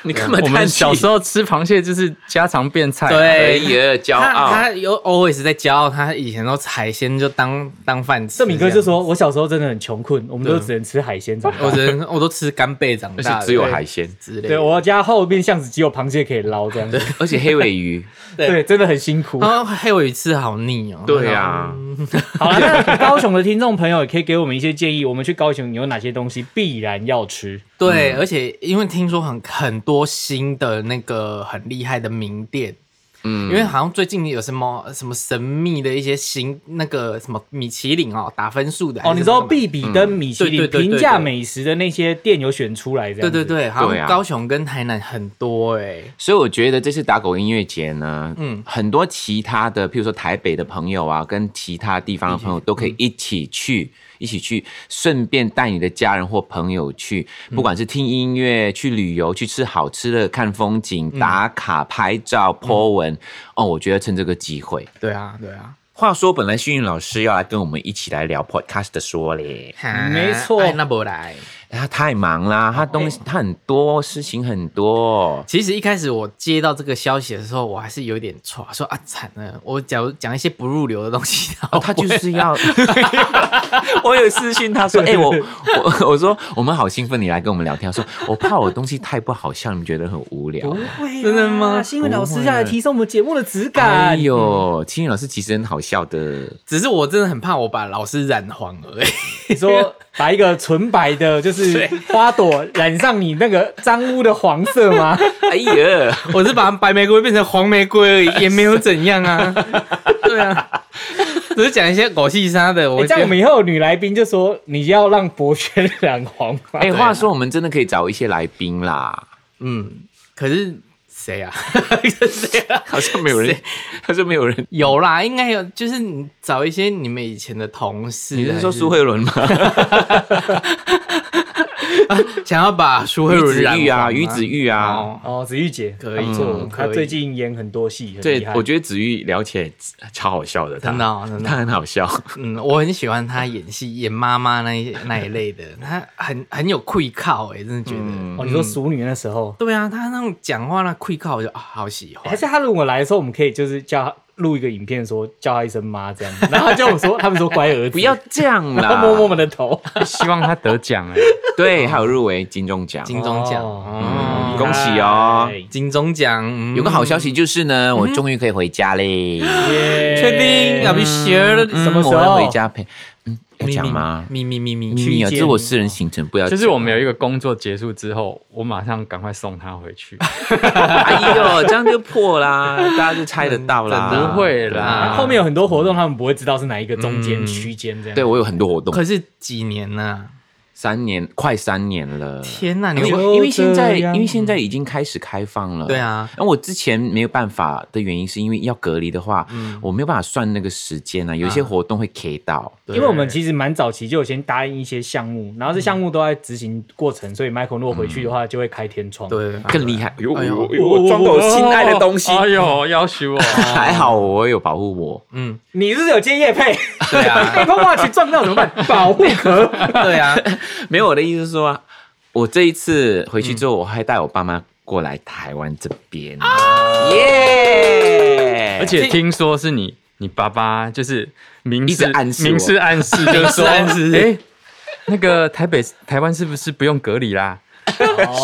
Speaker 4: 你干
Speaker 5: 我们小时
Speaker 4: 候
Speaker 5: 候吃螃蟹就是家常便菜啊、
Speaker 3: <laughs>
Speaker 4: 哎
Speaker 3: 对。
Speaker 4: 呀，骄
Speaker 3: 他
Speaker 4: 傲。
Speaker 3: 他有 always 在骄傲，他以前都海鲜就当当饭吃。
Speaker 1: 盛敏哥
Speaker 3: 这
Speaker 1: 就
Speaker 3: 样，
Speaker 1: 说：“我小时候真的很穷困，我们都只能吃海鲜长
Speaker 3: 我
Speaker 1: 大。
Speaker 3: 人我都吃干贝长
Speaker 4: 而
Speaker 3: 大
Speaker 4: 且
Speaker 3: 的，
Speaker 4: 只有
Speaker 3: 对
Speaker 4: 海鲜，
Speaker 3: 之类的。
Speaker 1: 对我家后面巷子只有螃蟹可以捞，这样子，
Speaker 4: <laughs> 而且黑尾鱼。
Speaker 3: 对
Speaker 1: 对，真的很辛
Speaker 3: <laughs>
Speaker 1: 苦。
Speaker 3: 啊，还有一次好腻哦。
Speaker 4: <laughs> 对啊，
Speaker 1: 好了，那高雄的听众朋友也可以给我们一些建议，我们去高雄有哪些东西必然要吃？
Speaker 4: 嗯
Speaker 3: 对，而且因为听说很很多新的那个很厉害的名店，
Speaker 4: 嗯
Speaker 3: 因为好像最近有什么什么神秘的一些新那个什么米其林哦，打分数的
Speaker 1: 哦，你说
Speaker 3: 必
Speaker 1: 必比登、米其
Speaker 3: 对
Speaker 1: 林
Speaker 3: 对对对
Speaker 1: 评价美食的那些店有选出来，这
Speaker 3: 对
Speaker 1: 样
Speaker 3: 对
Speaker 1: 子，
Speaker 3: 对，好
Speaker 4: 对
Speaker 3: 像
Speaker 4: 啊
Speaker 3: 高雄跟台南很多哎、
Speaker 4: 所以我觉得这次打狗音乐节呢，
Speaker 3: 嗯
Speaker 4: 嗯，很多其他的，譬如说台北的朋友啊，跟其他地方的朋友都可以一起去，一起去，顺便带你的家人或朋友去，不管是听音乐、去旅游、去吃好吃的、看风景、打卡、拍照、po 文，哦，我觉得趁这个机会。
Speaker 3: 对啊对啊，
Speaker 4: 话说，本来幸运老师要来跟我们一起来聊 podcast 的说嘞，
Speaker 3: 哈
Speaker 1: 没错
Speaker 3: 哎那不来。
Speaker 4: 他太忙啦，他东西他很多事情很多，
Speaker 3: 其实一开始我接到这个消息的时候，我还是有点错，说啊惨了，我假如讲一些不入流的东西， <laughs> 然后
Speaker 4: 哦，他就是 <laughs> 要。我有私信他说：“哎、我我我说我们好兴奋，你来跟我们聊天。”他说：“我怕我东西太不好笑，你们觉得很无聊。
Speaker 1: 对
Speaker 3: 真的吗
Speaker 1: 哎新闻
Speaker 4: 不
Speaker 1: 老师
Speaker 4: 会
Speaker 1: 要来提升我们节目的质”
Speaker 4: 哎
Speaker 1: 感，
Speaker 4: 呦，青云老师其实很好笑的。
Speaker 3: 只是我真的很怕我把老师染黄欸而已。
Speaker 1: <laughs> 你说把一个纯白的，就是花朵染上你那个脏污的黄色吗？
Speaker 4: 哎呀，
Speaker 3: 我是把白玫瑰变成黄玫瑰而已，也没有怎样
Speaker 1: <laughs>
Speaker 3: 啊。对啊，只是讲一些狗戏杀的。我
Speaker 1: 欸、这
Speaker 3: 觉
Speaker 1: 样
Speaker 3: 得
Speaker 1: 我们以后有女来宾就说你要让博轩染黄吗？
Speaker 4: <laughs> <laughs> 哎、话说我们真的可以找一些来宾啦，
Speaker 3: 嗯，可是谁啊？ <laughs> 是谁啊？
Speaker 4: <laughs> 好像没有人， <laughs> 好像没有人。
Speaker 3: 有啦，应该有，就是你找一些你们以前的同事。
Speaker 4: 你是说
Speaker 3: 还
Speaker 4: 苏慧 <laughs> 伦吗？
Speaker 3: 想要把苏慧
Speaker 4: 于
Speaker 3: 伦
Speaker 4: 子
Speaker 3: 染
Speaker 4: 玉啊， <laughs>
Speaker 3: 黄
Speaker 4: 于子玉啊，
Speaker 3: 哦
Speaker 1: 哦，子玉姐
Speaker 3: 可以
Speaker 1: 不
Speaker 3: 嗯
Speaker 1: 错，她
Speaker 3: 可以
Speaker 1: 最近演很多戏，很厉
Speaker 4: 对
Speaker 1: 害，
Speaker 4: 我觉得子玉聊起来超好笑的，啊他
Speaker 3: 真的哦真的哦
Speaker 4: 他很好笑。
Speaker 3: 嗯，我很喜欢他演戏，演妈妈那一那一类的，他很很有愧靠哎、真的觉得。
Speaker 1: 哦，你说熟女那时候，
Speaker 3: 对啊，他那种讲话那愧靠，我就啊好喜欢
Speaker 1: 还。是她如果来的时候，我们可以就是叫她录一个影片说叫她一声妈这样，然后她就我说他们说乖儿子，
Speaker 4: 不要这样
Speaker 1: 然后
Speaker 4: <laughs> 啦，
Speaker 1: 摸摸我们的头，
Speaker 3: 啊
Speaker 5: 希望他得奖哎、
Speaker 4: 对，还有入围金钟奖，
Speaker 3: 金钟奖，
Speaker 1: 哦
Speaker 3: 哦
Speaker 4: 嗯恭喜哦
Speaker 1: 厉
Speaker 3: 金钟奖、嗯
Speaker 4: 有个好消息就是呢，我终于可以回家嘞。
Speaker 1: 害耶
Speaker 3: 确定要不学了
Speaker 4: 嗯
Speaker 1: 什么时候
Speaker 4: 我要回家陪？嗯，要讲吗？
Speaker 3: 咪咪咪咪，
Speaker 4: 秘密啊，
Speaker 1: 去见
Speaker 4: 这是我私人行程，不要讲。
Speaker 5: 就是我们有一个工作结束之后，我马上赶快送他回去。
Speaker 4: 哎呦，这样就破啦，大家就猜得到
Speaker 5: 真
Speaker 4: 啦。
Speaker 5: 的不会啦
Speaker 1: 啊后面有很多活动，他们不会知道是哪一个中间区间这样。
Speaker 4: 嗯对我有很多活动，
Speaker 3: 可是几年呢、
Speaker 4: 三年快三年了。
Speaker 3: 天哪，你
Speaker 4: 因
Speaker 1: 就
Speaker 3: 会
Speaker 4: 为因为现在
Speaker 1: 这样
Speaker 4: 因为现在已经开始开放了，
Speaker 3: 对啊。
Speaker 4: 那我之前没有办法的原因，是因为要隔离的话，我没有办法算那个时间啊。有一些活动会 K 到，
Speaker 1: 因为我们其实蛮早期就有先答应一些项目，然后这项目都在执行过程，所以 Michael 如果回去的
Speaker 4: 嗯
Speaker 1: 话就会开天窗。，
Speaker 3: 对
Speaker 4: 更厉害。
Speaker 5: 呦
Speaker 4: 哎呦，
Speaker 1: 呦我装
Speaker 4: 我
Speaker 5: 心 <laughs> 哎呦，要许我。
Speaker 4: 还好我有保护我。
Speaker 3: 嗯，
Speaker 1: 你是不是有接叶配，
Speaker 3: 对啊，
Speaker 1: 被碰 watch 撞到怎么办？保护壳。
Speaker 3: 对啊，
Speaker 4: <laughs> 没有，我的意思是说，我这一次回去之后，我还带我爸妈过来台湾这边，哦耶！
Speaker 5: 而且听说是你，你爸爸就是明
Speaker 4: 一直
Speaker 5: 示
Speaker 4: 暗示我
Speaker 5: 明示暗示，就是说，
Speaker 3: 暗示
Speaker 5: 哎，那个台北台湾是不是不用隔离啦？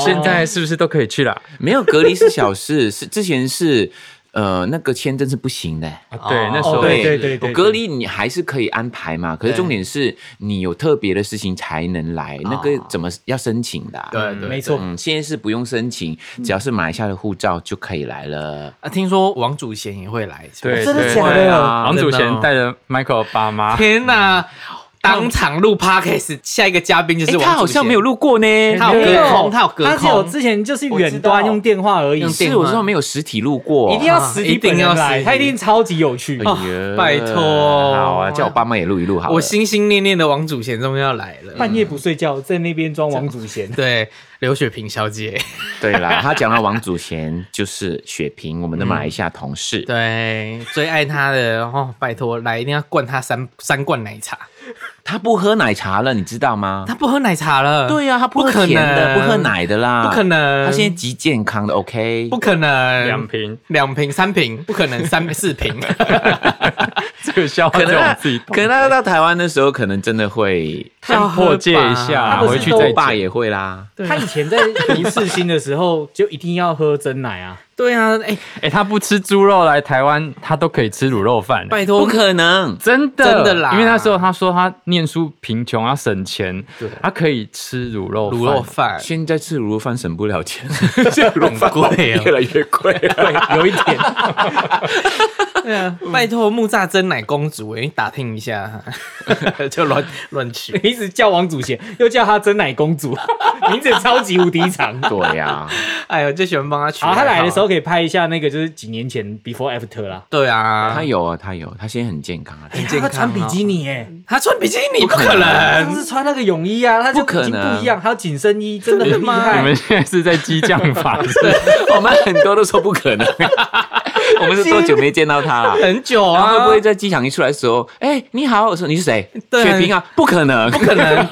Speaker 5: 现在是不是都可以去啦？
Speaker 4: 没有隔离是小事，是之前是呃那个签证是不行的。
Speaker 5: 啊对，那时
Speaker 1: 哦，
Speaker 5: 候
Speaker 1: 对对对对，
Speaker 4: 隔离你还是可以安排嘛，可是重点是你有特别的事情才能来，那个怎么要申请的、啊？
Speaker 3: 对对
Speaker 1: 没错。
Speaker 4: 嗯，现在是不用申请，只要是马来西亚的护照就可以来了。
Speaker 3: 啊，听说王祖贤也会来，是不是
Speaker 5: 对真的假的
Speaker 4: 对啊
Speaker 5: 王祖
Speaker 3: 真的
Speaker 5: 贤
Speaker 3: 哦
Speaker 5: 带着 Michael 爸妈，
Speaker 3: 天哪，当场录 podcast，下一个嘉宾就是
Speaker 4: 诶
Speaker 3: 王祖贤，
Speaker 4: 他好像没有，录过呢，
Speaker 3: 他有
Speaker 1: 没
Speaker 3: 隔
Speaker 1: 有
Speaker 3: 空，他有隔
Speaker 1: 他只有
Speaker 3: 空，
Speaker 1: 之前就是
Speaker 4: 我
Speaker 1: 远
Speaker 4: 知道
Speaker 1: 端用电话而已
Speaker 3: 用，电
Speaker 4: 是我说没有实体录过，
Speaker 1: 一定要实体
Speaker 3: 啊一定
Speaker 1: 本
Speaker 3: 要
Speaker 1: 人
Speaker 3: 实
Speaker 1: 来，
Speaker 3: 体
Speaker 1: 他一定超级有趣。
Speaker 4: 哎呀
Speaker 3: 拜托
Speaker 4: 好啊，叫我爸妈也录一录好了。
Speaker 3: 我心心念念的王祖贤终于要来了，
Speaker 1: 半夜不睡觉，在那边装王祖贤，
Speaker 3: 对，刘雪萍小姐，
Speaker 4: 对啦， <laughs> 他讲到王祖贤就是雪萍，我们的马来西亚同事。
Speaker 3: 对，最爱她的哦，拜托来，一定要灌她三三罐奶茶。
Speaker 4: 他不喝奶茶了，你知道吗？
Speaker 3: 她不喝奶茶了，
Speaker 4: 对呀、啊他不
Speaker 3: 不可
Speaker 4: 喝甜
Speaker 3: 能
Speaker 4: 的，不喝奶的啦，
Speaker 3: 不可能
Speaker 4: 他现在极健康的，OK。
Speaker 3: 不可能，
Speaker 5: 两瓶，
Speaker 3: 两瓶三瓶，不可能三 <laughs> 四瓶。
Speaker 5: 这个笑话
Speaker 4: 可
Speaker 5: 只
Speaker 4: 能
Speaker 5: 有我
Speaker 4: 他
Speaker 5: 们自己懂
Speaker 4: 可。能他到台湾的时候，可能真的会，
Speaker 5: 先破戒一下，
Speaker 1: 他不是
Speaker 5: 回去
Speaker 1: 都
Speaker 5: 再
Speaker 4: 我爸
Speaker 5: 讲
Speaker 4: 也会啦。
Speaker 1: 他以前在读世新的时候就一定要喝真奶啊，
Speaker 3: 对啊，哎、
Speaker 5: 哎、他不吃猪肉来台湾，他都可以吃卤肉饭、
Speaker 3: 拜
Speaker 4: 不
Speaker 3: 托，
Speaker 4: 可能，
Speaker 5: 真的
Speaker 3: <laughs> 真的啦
Speaker 5: 因为那时候他说他念书贫穷，要省钱
Speaker 3: 对，
Speaker 5: 他可以吃卤肉
Speaker 3: 卤肉饭
Speaker 4: 现在吃卤肉饭省不了 <laughs> 钱，现在 <laughs> 卤肉饭
Speaker 3: 贵哦
Speaker 4: 越来越贵了。
Speaker 1: 有一点，
Speaker 3: 对啊，拜托木栅真奶公主、哎，你打听一下，就乱乱取。
Speaker 1: 一直叫王祖贤，又叫她真奶公主， <laughs> 名字超级无敌长。
Speaker 4: 对啊呀，
Speaker 3: 哎呦，就喜欢帮他取。
Speaker 1: 好，她来的时候，可以拍一下那个，就是几年前 before after 啦。
Speaker 3: 对啊，
Speaker 4: <laughs> 他有啊，他有，他现在很健康啊。
Speaker 3: 很健康、
Speaker 1: 她穿比基
Speaker 3: 尼，
Speaker 1: 尼耶、
Speaker 3: 他穿比基尼不可能，
Speaker 1: 她是穿那个泳衣啊，她就
Speaker 4: 不可
Speaker 1: 已经
Speaker 4: 能
Speaker 1: 不一样，还有紧身衣，真的很厉
Speaker 5: 你
Speaker 1: 害
Speaker 5: 们。现在是在激将
Speaker 3: <laughs>
Speaker 5: 法？是不是
Speaker 4: <laughs> 我们很多都说不可能，我们是多久没见到他了？
Speaker 3: 很久
Speaker 4: 然
Speaker 3: 啊，
Speaker 4: 后会不会在机场一出来的时候，哎、你好，我说你是谁？
Speaker 3: 对啊
Speaker 4: 雪萍啊，不可能，
Speaker 3: 不可能，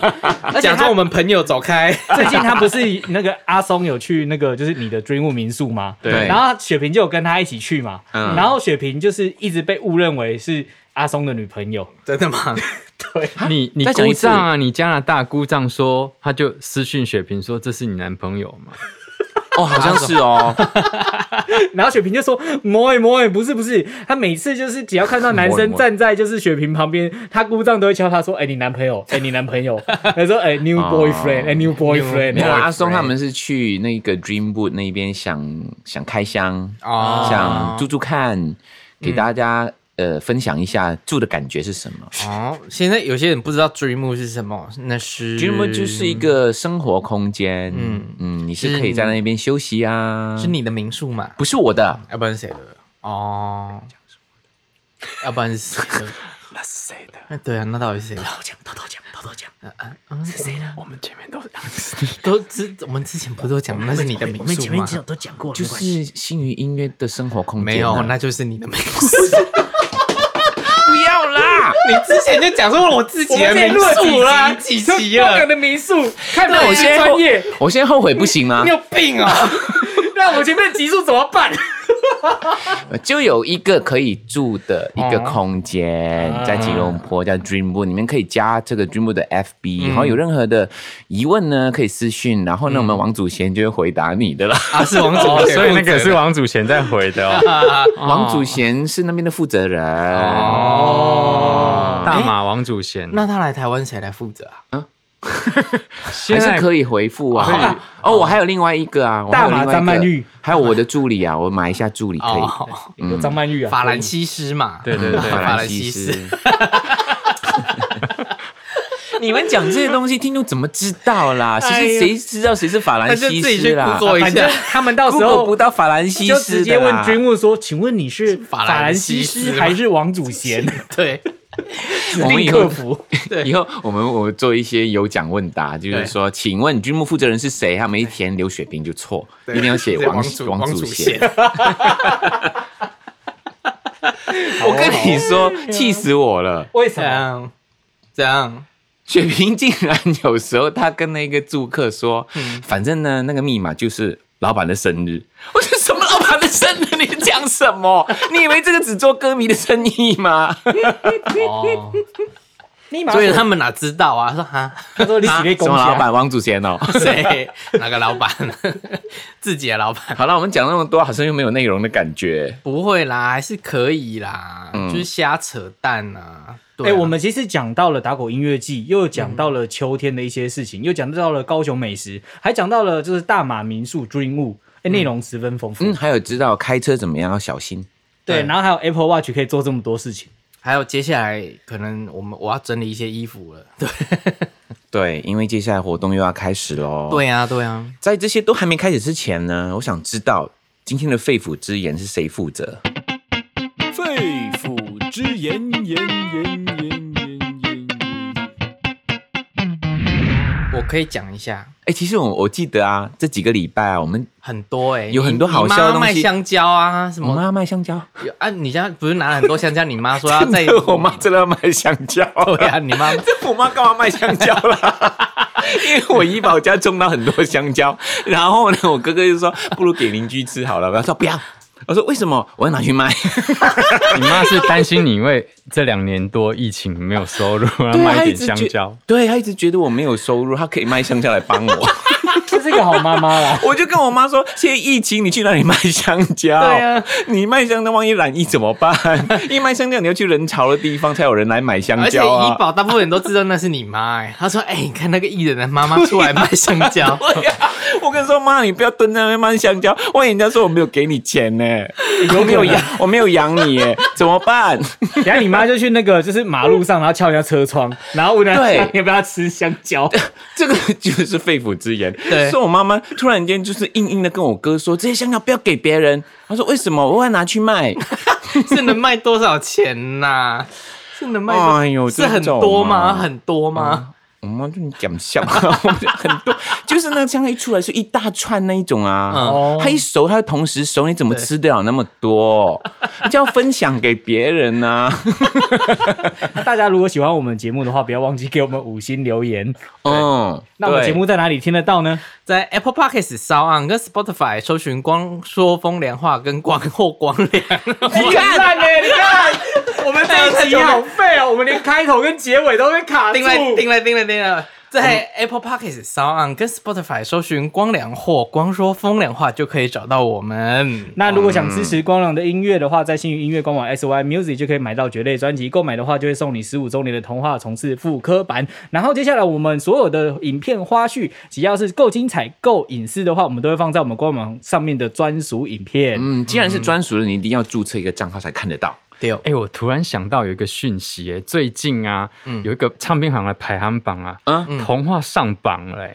Speaker 3: 假装我们朋友走开。
Speaker 1: <laughs> 最近她不是那个阿松有去那个就是你的 dream 民宿吗？
Speaker 4: 对
Speaker 1: 然后雪萍就有跟她一起去嘛，
Speaker 4: 嗯
Speaker 1: 然后雪萍就是一直被误认为是阿松的女朋友，
Speaker 3: 真的吗？
Speaker 5: 你你
Speaker 4: 再讲一
Speaker 5: 姑
Speaker 4: 次
Speaker 5: 丈啊，你加拿大姑丈说，他就私讯雪萍说这是你男朋友吗？
Speaker 4: 哦，好像是哦，
Speaker 1: 然后雪萍就说：“摩耶摩耶，欸不是不是，她每次就是只要看到男生站在就是雪萍旁边，她姑丈都会敲她说：‘哎、你男朋友，哎、你男朋友。’ <laughs> 她说：‘哎、n e w
Speaker 4: 哦
Speaker 1: boyfriend，哎、n e w boyfriend。
Speaker 4: 没有啦阿松
Speaker 3: boyfriend
Speaker 4: 他们是去那个 Dreamwood 那边想想开箱，
Speaker 3: 哦嗯
Speaker 4: 想住住看，给大家、呃分享一下住的感觉是什么。
Speaker 3: 哦，现在有些人不知道 dream 是什么，那是
Speaker 4: Dreamwood 就是一个生活空间，
Speaker 3: 嗯
Speaker 4: 嗯嗯，你是可以在那边休息啊，
Speaker 3: 是你的民宿嘛？
Speaker 4: 不是我的，
Speaker 3: 要不然谁的？哦，要不然是谁的？
Speaker 5: 那是谁的？
Speaker 3: 哎对啊，那到底是谁的？
Speaker 1: 偷讲，偷偷讲，偷偷讲，
Speaker 5: 我们前面都
Speaker 3: 都之我们之前不都讲那是你的民宿吗？
Speaker 1: 都讲过
Speaker 4: 就
Speaker 1: 就是
Speaker 4: 是星宇音乐的生活空间啊、
Speaker 3: 没有，那就是你的民宿。
Speaker 4: 不要啦。
Speaker 3: 你之前就讲说我自己的民宿啦，几集
Speaker 1: <laughs> 了，
Speaker 3: 了
Speaker 1: 的民宿，看
Speaker 4: 那
Speaker 1: 到
Speaker 4: 我
Speaker 1: 我
Speaker 4: 现
Speaker 1: 先
Speaker 4: 在
Speaker 1: 专业，
Speaker 4: 我现在后悔不行吗
Speaker 3: 你？有病啊！
Speaker 1: <laughs> 那我前面的集数怎么办？
Speaker 4: 就有一个可以住的一个空间，
Speaker 1: 哦
Speaker 4: 在吉隆坡叫 Dreamwood，你们可以加这个 Dreamwood 的 FB，、然后有任何的疑问呢，可以私讯，然后呢，我们王祖贤就会回答你的啦。
Speaker 3: 啊，是 <laughs> 王
Speaker 5: 哦
Speaker 3: 总，，
Speaker 5: 所以那个是王祖贤在回的哦。
Speaker 3: <laughs>
Speaker 4: <laughs> 王祖贤是那边的负责人，
Speaker 5: 哦，大马王祖贤，
Speaker 3: 那他来台湾谁来负责啊？
Speaker 5: 现
Speaker 4: 还
Speaker 5: 在
Speaker 4: 是可以回复
Speaker 5: 可以
Speaker 4: 啊。 <laughs> 哦，我还有另外一个啊，我还有另
Speaker 1: 大马
Speaker 4: 外一个
Speaker 1: 张曼玉，
Speaker 4: 还有我的助理啊，我买一下助理可以。
Speaker 3: 哦，
Speaker 1: 有张曼玉啊，
Speaker 3: 法兰西斯嘛，
Speaker 5: 对对对
Speaker 3: 嗯法
Speaker 4: 法
Speaker 3: 兰
Speaker 4: 兰西
Speaker 3: 西斯。
Speaker 4: 斯。 <laughs> 你们讲这些东西，听众怎么知道啦？其
Speaker 1: 哎
Speaker 4: 实
Speaker 1: 呦
Speaker 4: 谁知道谁是法兰西
Speaker 3: 那就自己
Speaker 4: 斯
Speaker 3: 去
Speaker 4: 啦？
Speaker 3: Google
Speaker 1: 啊反正他们到时
Speaker 4: Google 不
Speaker 1: 候
Speaker 4: 到法兰西
Speaker 1: 就直
Speaker 4: 斯
Speaker 1: 接
Speaker 4: 的啊
Speaker 1: 问
Speaker 4: 啦。
Speaker 1: 君问说：“请问你是
Speaker 3: 法
Speaker 1: 法
Speaker 3: 兰
Speaker 1: 兰
Speaker 3: 西斯
Speaker 1: 西斯
Speaker 3: 吗
Speaker 1: 还是王祖贤
Speaker 3: <laughs>
Speaker 1: <laughs>
Speaker 3: 对，
Speaker 4: 我
Speaker 3: <laughs>
Speaker 4: 们以
Speaker 1: 客
Speaker 4: 后
Speaker 1: 服？”
Speaker 3: 对
Speaker 4: 以后我们我们做一些有奖问答，就是说，请问军幕负责人是谁？他们一填刘雪冰就错，一定要写
Speaker 3: 对
Speaker 4: 王
Speaker 3: 祖
Speaker 4: 王
Speaker 3: 祖
Speaker 4: 祖贤。。我跟你说，气死我了！
Speaker 1: 为什
Speaker 3: 这
Speaker 1: 么？
Speaker 3: 样这样，
Speaker 4: <laughs> 雪萍竟然有时候她跟那个住客说，反正呢那个密码就是老板的生日。 <laughs> 我说什么老板的生日？你讲什么？ <laughs> 你以为这个只做歌迷的生意吗？
Speaker 1: 密码
Speaker 3: 所以他们哪知道啊？说 <laughs> 哈，
Speaker 1: 他说你
Speaker 4: <laughs>
Speaker 1: 洗内
Speaker 4: 什
Speaker 1: 公
Speaker 4: 么
Speaker 1: 司
Speaker 4: 老板王祖贤 <laughs> 哦？
Speaker 3: 谁哪个老板？ <laughs> 自己的老板？
Speaker 4: 好了，我们讲那么多，好像又没有内容的感觉。
Speaker 3: 不会啦，还是可以啦，
Speaker 4: 嗯
Speaker 3: 就是瞎扯淡呐。
Speaker 1: 哎、
Speaker 3: 对啊，
Speaker 1: 我们其实讲到了打狗音乐季，又讲到了秋天的一些事情，又讲到了高雄美食，还讲到了就是大马民宿 Dream 物，哎，内容十分丰富。
Speaker 4: 嗯，还有知道开车怎么样要小心。
Speaker 1: 对，
Speaker 3: 对
Speaker 1: 然后还有 Apple Watch 可以做这么多事情。
Speaker 3: 还有接下来可能我们我要整理一些衣服了。 <laughs> 对
Speaker 4: 对，因为接下来活动又要开始喽。，
Speaker 3: 对啊，对啊，
Speaker 4: 在这些都还没开始之前呢，我想知道今天的肺腑之言是谁负责？
Speaker 2: 肺腑之言，言言言言言言。
Speaker 3: 我可以讲一下。
Speaker 4: 哎、其实我我记得啊，这几个礼拜啊，我们
Speaker 3: 很多哎、欸，
Speaker 4: 有很多
Speaker 3: 你
Speaker 4: 好笑的
Speaker 3: 你妈
Speaker 4: 东
Speaker 3: 卖
Speaker 4: 西
Speaker 3: 香蕉啊，什
Speaker 4: 我
Speaker 3: 么
Speaker 4: 妈卖香蕉，
Speaker 3: 有啊？你家不是拿了很多香蕉？你妈说
Speaker 1: <laughs>
Speaker 3: 要再
Speaker 4: <laughs>
Speaker 1: 哦
Speaker 4: 我妈真的要卖香蕉。
Speaker 3: 对
Speaker 4: <laughs>
Speaker 3: 啊，你妈
Speaker 4: 我妈干嘛卖香蕉啦？
Speaker 2: <laughs>
Speaker 4: 因为我姨把我家种到很多香蕉，然后呢，我哥哥就说不如给邻居吃好了。我说不要，我说为什么？我要拿去卖。
Speaker 5: 你妈是担心你因为这两年多疫情没
Speaker 4: <laughs> 啊
Speaker 5: 有收入，要卖一点香蕉。
Speaker 4: 对他一直觉得我没有收入，他可以卖香蕉来帮我。
Speaker 1: 这是一个好妈妈啦。
Speaker 4: <laughs> 我就跟我妈说，现在疫情，你去哪里卖香蕉？
Speaker 3: 对啊，
Speaker 4: 你卖香蕉万一染疫怎么 <laughs> 办？一卖香蕉，你要去人潮的地方才有人来买香
Speaker 3: 而且
Speaker 4: 蕉
Speaker 3: 怡
Speaker 4: 啊。
Speaker 3: 宝大部分人都知道那是你妈、哎，他说：“哎、你看那个艺人的妈妈出来卖香
Speaker 1: <laughs>
Speaker 3: 蕉，
Speaker 4: 对呀、 <laughs> 我跟你说，妈，你不要蹲在那边卖香蕉，万一人家说我没有给你钱呢、我没有养，我没有养你、 <laughs> 耶，怎么办？
Speaker 1: 然后你妈就去那个就是马路上，然后敲人家车窗，然后问人
Speaker 4: 对
Speaker 1: <laughs> 家要不要吃香蕉。
Speaker 4: 这个就是肺腑之言。
Speaker 3: 对
Speaker 4: 是我妈妈突然间就是硬硬的跟我哥说，这些香蕉不要给别人。她说为什么？我要拿去卖。
Speaker 3: 是能卖多少钱呐、是能卖多
Speaker 4: 哎呦
Speaker 3: 是很
Speaker 4: 这种啊
Speaker 3: 多吗？很多
Speaker 1: 嗯
Speaker 3: 吗？
Speaker 4: 我妈就你讲笑， <laughs> 我们就很多就是那个香蕉一出来是一大串那一种啊，
Speaker 1: 哦
Speaker 4: 它一熟，它同时熟，你怎么吃得了那么多？你就要分享给别人啊。
Speaker 1: 那 <laughs> 大家如果喜欢我们节目的话，不要忘记给我们五星留言。
Speaker 4: 嗯，
Speaker 1: 那我
Speaker 4: <laughs>
Speaker 1: 们
Speaker 4: 对
Speaker 1: 节目在哪里听得到呢？
Speaker 3: 在 Apple Podcast、s o n 跟 Spotify 搜寻“光说风凉话”跟“光 <laughs> 后光凉”，
Speaker 1: <laughs>
Speaker 3: <laughs>
Speaker 1: 你看呢、你看，我们这一集好废哦，我们连开头跟结尾都被卡住。
Speaker 3: 定了定了定了定了。在 Apple Podcast、s o n 跟 Spotify 搜寻“光凉或光说风凉话”就可以找到我 <laughs> 们。
Speaker 1: 那如果想支持光良的音乐的话，在星云音乐官网 S Y Music 就可以买到绝类专辑。购买的话，就会送你十五周年的童话重置复刻版。然后接下来我们所有的影片花絮，只要是够精彩、够隐私的话，我们都会放在我们官网上面的专属影片。
Speaker 4: 嗯，既然是专属的，你一定要注册一个账号才看得到。
Speaker 3: 对，
Speaker 5: 哎、我突然想到有一个讯息、哎，最近啊，有一个唱片行的排行榜啊，
Speaker 4: 嗯
Speaker 5: 童话上榜了、哎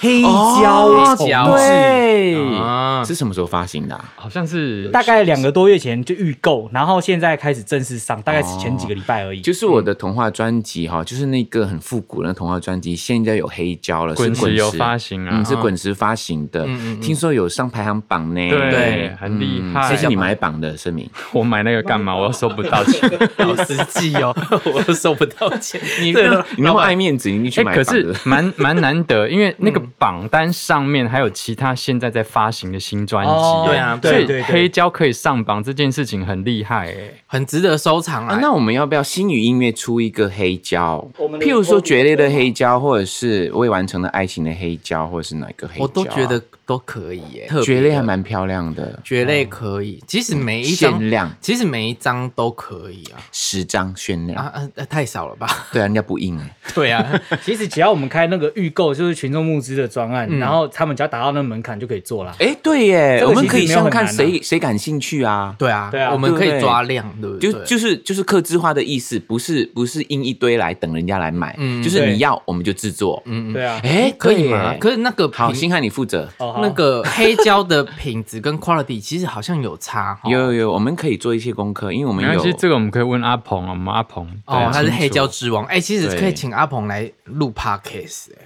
Speaker 1: 黑胶啊
Speaker 3: 黑胶
Speaker 1: 对。
Speaker 3: 啊
Speaker 4: 哦是什么时候发行的啊？
Speaker 5: 好像是
Speaker 1: 大概两个多月前就预购，然后现在开始正式上，大概是前几个礼拜而已。
Speaker 4: 哦就是我的童话专辑哈，就是那个很复古的那童话专辑，现在有黑胶了，是
Speaker 5: 滚
Speaker 4: 滚石
Speaker 5: 石有发行啊
Speaker 4: 嗯，是滚石发行的，听说有上排行榜呢。
Speaker 5: 对，
Speaker 3: 对
Speaker 5: 很厉
Speaker 4: 嗯
Speaker 5: 害。
Speaker 4: 谢谢你买榜的声明。
Speaker 5: 我买那个干嘛？我又收不到钱。
Speaker 3: 好实际哦， <laughs> 我都收不到 <laughs> 钱。你
Speaker 4: 对了，你那么爱面子，你去
Speaker 5: 哎、
Speaker 4: 买
Speaker 5: 可
Speaker 4: 榜
Speaker 5: 是
Speaker 4: 的。
Speaker 5: 蛮蛮难得，因为那个榜单上面还有其他现在在发行的新专辑、
Speaker 1: 哦
Speaker 3: 对啊
Speaker 5: 所
Speaker 1: 对
Speaker 5: 以
Speaker 1: 对对
Speaker 5: 黑胶可以上榜这件事情很厉害哎、
Speaker 3: 很值得收藏
Speaker 4: 啊
Speaker 3: 啊，。
Speaker 4: 那我们要不要星宇音乐出一个黑胶？
Speaker 1: 我们的
Speaker 4: 譬如说《决裂的黑胶》，或者是未完成的爱情的黑胶，或者是哪个黑胶啊、
Speaker 3: 我都觉得都可以耶，特别的嗯
Speaker 4: 决裂还蛮漂亮的，
Speaker 3: 蕨类可以，其实每一张
Speaker 4: 限量
Speaker 3: 其实每一张都可以啊。
Speaker 4: 十张限量，
Speaker 3: 啊啊啊！太少了吧？
Speaker 4: 对啊，人家不印哎、
Speaker 3: <laughs> 对啊，
Speaker 1: 其实只要我们开那个预购，就是群众募资的专案，然后他们只要达到那个门槛就可以做啦。
Speaker 4: 欸。哎、对耶，
Speaker 1: 这
Speaker 4: 我
Speaker 1: 个
Speaker 4: 们
Speaker 1: 其实
Speaker 4: 可以
Speaker 1: 没有
Speaker 4: 先
Speaker 1: 很
Speaker 4: 看
Speaker 1: 难啊
Speaker 4: 谁谁感兴趣啊。
Speaker 3: <laughs> 对啊，
Speaker 1: 对啊
Speaker 3: 我们可
Speaker 4: 对
Speaker 3: 以
Speaker 4: 不对
Speaker 3: 抓量，对不对？
Speaker 4: 就就是就是刻字化的意思，不是不是印一堆来等人家来买，
Speaker 3: 嗯
Speaker 4: 就是
Speaker 1: 对
Speaker 4: 你要我们就制作。嗯，
Speaker 1: 对啊，
Speaker 4: 哎、
Speaker 3: 可
Speaker 4: 对
Speaker 3: 以
Speaker 4: 耶
Speaker 3: 吗？可是那个
Speaker 4: 好，
Speaker 3: 品
Speaker 4: 星汉你负责。
Speaker 1: 哦，好
Speaker 3: 那个 <laughs> 黑胶的品质跟 quality 其实好像有差哦，
Speaker 4: 有有有，我们可以做一些功课，因为我们
Speaker 5: 没关
Speaker 4: 有
Speaker 5: 系，这个我们可以问阿鹏，啊我们阿鹏
Speaker 3: 哦，他是黑。胶
Speaker 5: 对啊很清楚
Speaker 3: 之王。哎，其实
Speaker 4: 啊对
Speaker 3: 可以请阿鹏来录 podcast 哎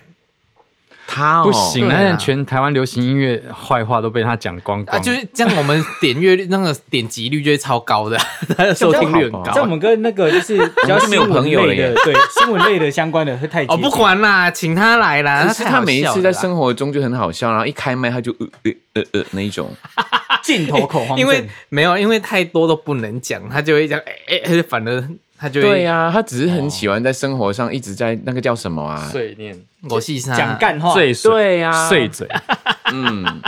Speaker 4: 他、哦、
Speaker 5: 不行，
Speaker 3: 对啊
Speaker 5: 那像全台湾流行音乐坏话都被他讲光
Speaker 3: 啊，
Speaker 5: 光。
Speaker 3: 就是这样，我们点阅率那个点击率就会超高的， <laughs> 他的收听率很
Speaker 1: 像我
Speaker 3: 高。
Speaker 1: 们跟那个就是比较
Speaker 4: 就没有
Speaker 1: 新闻
Speaker 4: 朋友
Speaker 1: 类
Speaker 4: 了
Speaker 1: 的，
Speaker 4: 耶
Speaker 1: 对新闻类的相关的会太
Speaker 3: 哦，
Speaker 1: 接
Speaker 3: 不
Speaker 1: 近
Speaker 3: 管啦，请他来啦。
Speaker 4: 可啊是
Speaker 3: 太
Speaker 4: 他
Speaker 3: 好
Speaker 4: 每一
Speaker 3: 笑了
Speaker 4: 次在
Speaker 3: 啦
Speaker 4: 生活中就很好笑，然后一开麦他就呃呃呃呃那一种，
Speaker 1: 镜头恐慌症，
Speaker 3: 因为没有，因为太多都不能讲，他就会讲，哎、哎、哎反而他就会
Speaker 4: 对、啊呀、他只是很喜欢在生活上一直在那个叫什么啊？
Speaker 5: 碎念、
Speaker 3: 我细沙
Speaker 1: 讲，干话，
Speaker 5: 碎嘴、
Speaker 4: 哦对呀
Speaker 5: 碎嘴。
Speaker 4: 嗯，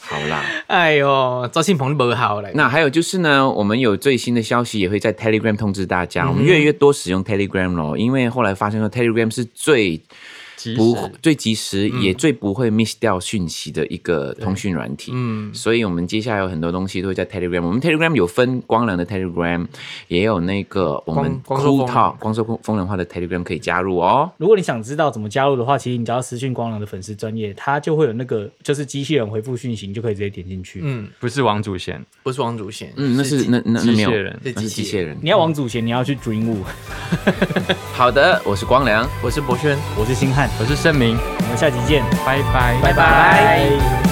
Speaker 4: 好啦，
Speaker 3: 哎呦，赵信鹏不好嘞，
Speaker 4: 那还有就是呢，我们有最新的消息也会在 Telegram 通知大家，我们越来越多使用 Telegram 咯，因为后来发现说 Telegram 是最
Speaker 5: 及
Speaker 4: 不
Speaker 5: 时
Speaker 4: 最及时、也最不会 miss 掉讯息的一个通讯软体。
Speaker 3: 嗯，
Speaker 4: 所以我们接下来有很多东西都会在 Telegram。我们 Telegram 有分光良的 Telegram，也有那个我们
Speaker 3: 光光说
Speaker 4: Cool
Speaker 3: 风
Speaker 4: Talk 光说风凉话的 Telegram 可以加入哦。
Speaker 1: 如果你想知道怎么加入的话，其实你只要私讯光良的粉丝专业，他就会有那个就是机器人回复讯息，你就可以直接点进去。
Speaker 3: 嗯，
Speaker 5: 不是王祖贤，
Speaker 3: 不是王祖贤，
Speaker 4: 嗯，那是那那那
Speaker 5: 机
Speaker 4: 没有
Speaker 5: 械人，
Speaker 4: 那是机械人。
Speaker 1: 你要王祖贤，你要去 Dream
Speaker 4: 好的，我是光良。
Speaker 3: 我是博轩。
Speaker 1: 我是星汉，
Speaker 5: 我是盛明，
Speaker 1: 我们下集见，
Speaker 5: 拜拜，
Speaker 1: 拜拜